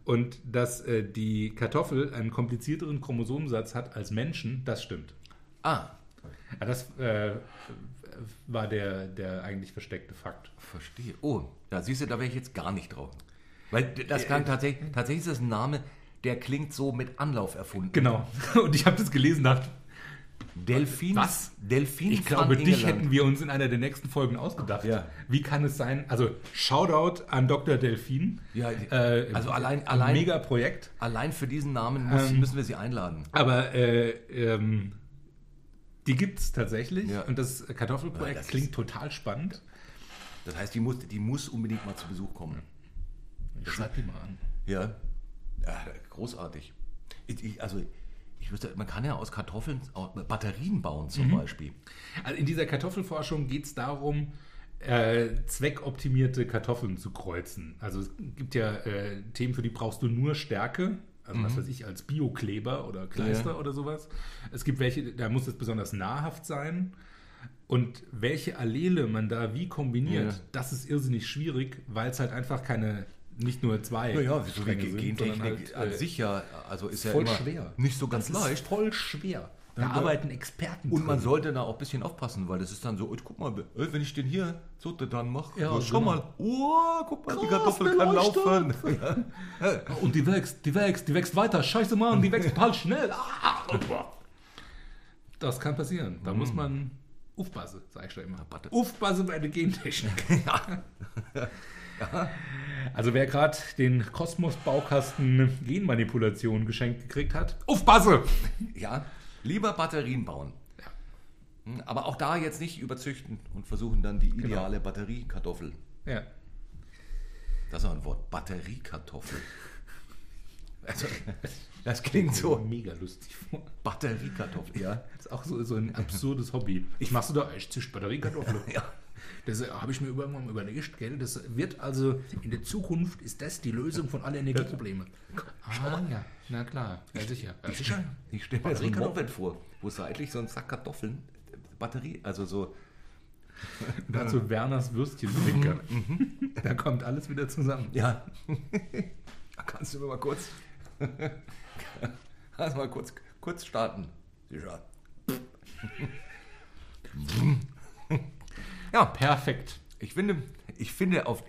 B: und dass äh, die Kartoffel einen komplizierteren Chromosomsatz hat als Menschen, das stimmt.
D: Ah,
B: Ja, das äh, war der, der eigentlich versteckte Fakt.
D: Verstehe. Oh, da siehst du, da wäre ich jetzt gar nicht drauf. Weil d-
B: Äh,
D: das kann tatsächlich, tatsächlich ist das ein Name, der klingt so mit Anlauf erfunden.
B: Genau. <laughs> Und ich habe das gelesen, dachte,
D: Delfin.
B: Was?
D: Delfin
B: ich
D: van
B: glaube, dich
D: Engeland.
B: hätten wir uns in einer der nächsten Folgen ausgedacht.
D: Ja.
B: Wie kann es sein? Also, Shoutout an Dr. Delfin.
D: Ja,
B: Äh,
D: also allein,
B: ein
D: allein,
B: mega Projekt.
D: allein für diesen Namen muss,
B: Ähm,
D: müssen wir sie einladen.
B: Aber äh, ähm, die gibt es tatsächlich.
D: Ja.
B: Und das Kartoffelprojekt
D: Ja, das
B: klingt
D: ist-
B: total spannend.
D: Das heißt, die muss, die muss unbedingt mal zu Besuch kommen.
B: Schreib die mal an.
D: Ja. ja großartig. Ich, ich, also, ich wüsste, man kann ja aus Kartoffeln auch Batterien bauen zum Beispiel.
B: Also in dieser Kartoffelforschung geht es darum, äh, zweckoptimierte Kartoffeln zu kreuzen. Also es gibt ja äh, Themen, für die brauchst du nur Stärke. Also was weiß ich, als Biokleber oder Kleister oder sowas. Es gibt welche, da muss es besonders nahrhaft sein. Und welche Allele man da wie kombiniert,
D: Ja.
B: das ist irrsinnig schwierig, weil es halt einfach keine, nicht nur zwei Stränge sind, sondern halt,
D: an
B: äh,
D: sich ja, also ist ja
B: voll
D: immer
B: schwer.
D: nicht so ganz
B: das
D: leicht.
B: Ist voll schwer. Da arbeiten Experten
D: Und man
B: dran.
D: sollte da auch ein bisschen aufpassen, weil das ist dann so, oh, guck mal, äh, wenn ich den hier so dran mache,
B: Ja,
D: so, schau
B: genau.
D: mal, oh, guck mal, die
B: Krass,
D: Kartoffel kann
B: beleuchtet.
D: laufen.
B: Und die wächst, die wächst, die wächst weiter. Scheiße, Mann, die wächst bald schnell. Ah! Das kann passieren. Da
D: Mm.
B: muss man aufpassen, sag ich schon immer.
D: warte.
B: Aufpassen bei der
D: <laughs>
B: Gentechnik. Also wer gerade den Kosmos-Baukasten Genmanipulation geschenkt gekriegt hat, aufpasse!
D: Ja, lieber Batterien bauen. Hm, Aber auch da jetzt nicht überzüchten und versuchen dann die ideale Batteriekartoffel.
B: Ja.
D: Das ist auch ein Wort, Batteriekartoffel. Also, das klingt so,
B: Mega
D: <laughs>
B: lustig <laughs> vor.
D: Batteriekartoffel, ja.
B: <laughs> Das ist auch so, so ein absurdes Hobby. Ich mach's da echt Batteriekartoffeln.
D: Ja.
B: Das äh, habe ich mir irgendwann mal überlegt, gell? Das wird also, in der Zukunft ist das die Lösung von allen Energieproblemen. Ah, ja, na klar, ja, sicher. Ja, sicher.
D: Ich stelle mir so
B: Batterie
D: ein
B: kann auch-
D: Moped vor, wo seitlich so ein Sack Kartoffeln, äh, Batterie, also so,
B: Dazu Werners Würstchen-Blinker. da kommt alles wieder zusammen.
D: ja. Kannst du mir mal kurz, kannst du mal kurz, kurz starten.
B: <laughs>
D: Sicher. ja,
B: Perfekt.
D: Ich finde, ich finde auf,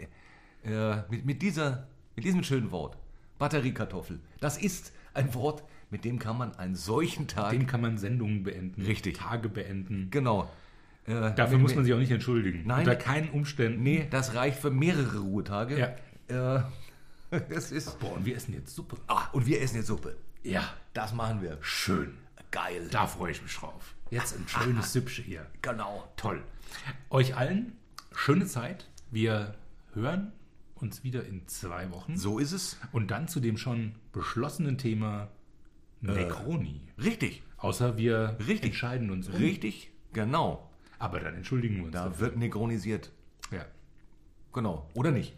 D: äh, mit, mit, dieser, mit diesem schönen Wort, Batteriekartoffel, das ist ein Wort, mit dem kann man einen solchen Tag.
B: Dem kann man Sendungen beenden.
D: Richtig.
B: Tage beenden.
D: genau. Äh,
B: Dafür
D: mit-
B: muss man sich auch nicht entschuldigen.
D: Nein.
B: Unter keinen Umständen.
D: Nee, das reicht für mehrere Ruhetage.
B: <laughs>
D: Ja. Äh, das ist.
B: Boah, und wir essen jetzt Suppe.
D: Ah, und wir essen jetzt Suppe.
B: Ja,
D: Das machen wir.
B: schön.
D: Geil.
B: Da freue ich mich drauf. Jetzt ein schönes Süppchen hier.
D: Genau.
B: Toll. Euch allen schöne Zeit. Wir hören uns wieder in zwei Wochen.
D: So ist es.
B: Und dann zu dem schon beschlossenen Thema Necroni.
D: Richtig.
B: Außer wir
D: Äh. Richtig.
B: entscheiden uns um.
D: Richtig. Genau.
B: Aber dann entschuldigen wir uns.
D: Da
B: dafür.
D: wird negronisiert.
B: ja.
D: Genau. Oder nicht?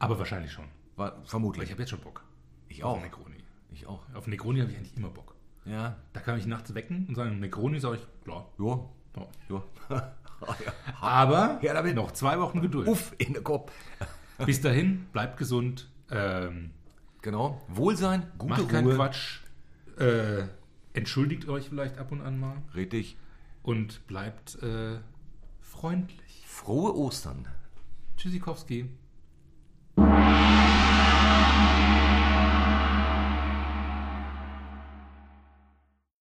B: Aber wahrscheinlich schon.
D: Wa-
B: Weil ich
D: Vermutlich.
B: habe jetzt schon Bock.
D: Ich
B: Auf
D: auch.
B: Necroni.
D: Ich auch.
B: Auf Necroni habe ich eigentlich immer Bock.
D: Ja.
B: Da kann ich nachts wecken und sagen, Necroni sage ich, klar.
D: Jo.
B: Ja.
D: Jo. <laughs> Oh
B: Aber
D: Her damit.
B: noch zwei Wochen Geduld.
D: Uff, in der Kopf.
B: Bis dahin, bleibt gesund, ähm,
D: Genau. Wohlsein, gute
B: macht
D: Ruhe.
B: keinen Quatsch, äh, entschuldigt euch vielleicht ab und an mal
D: Richtig.
B: und bleibt äh, freundlich.
D: Frohe Ostern.
B: Tschüssikowski.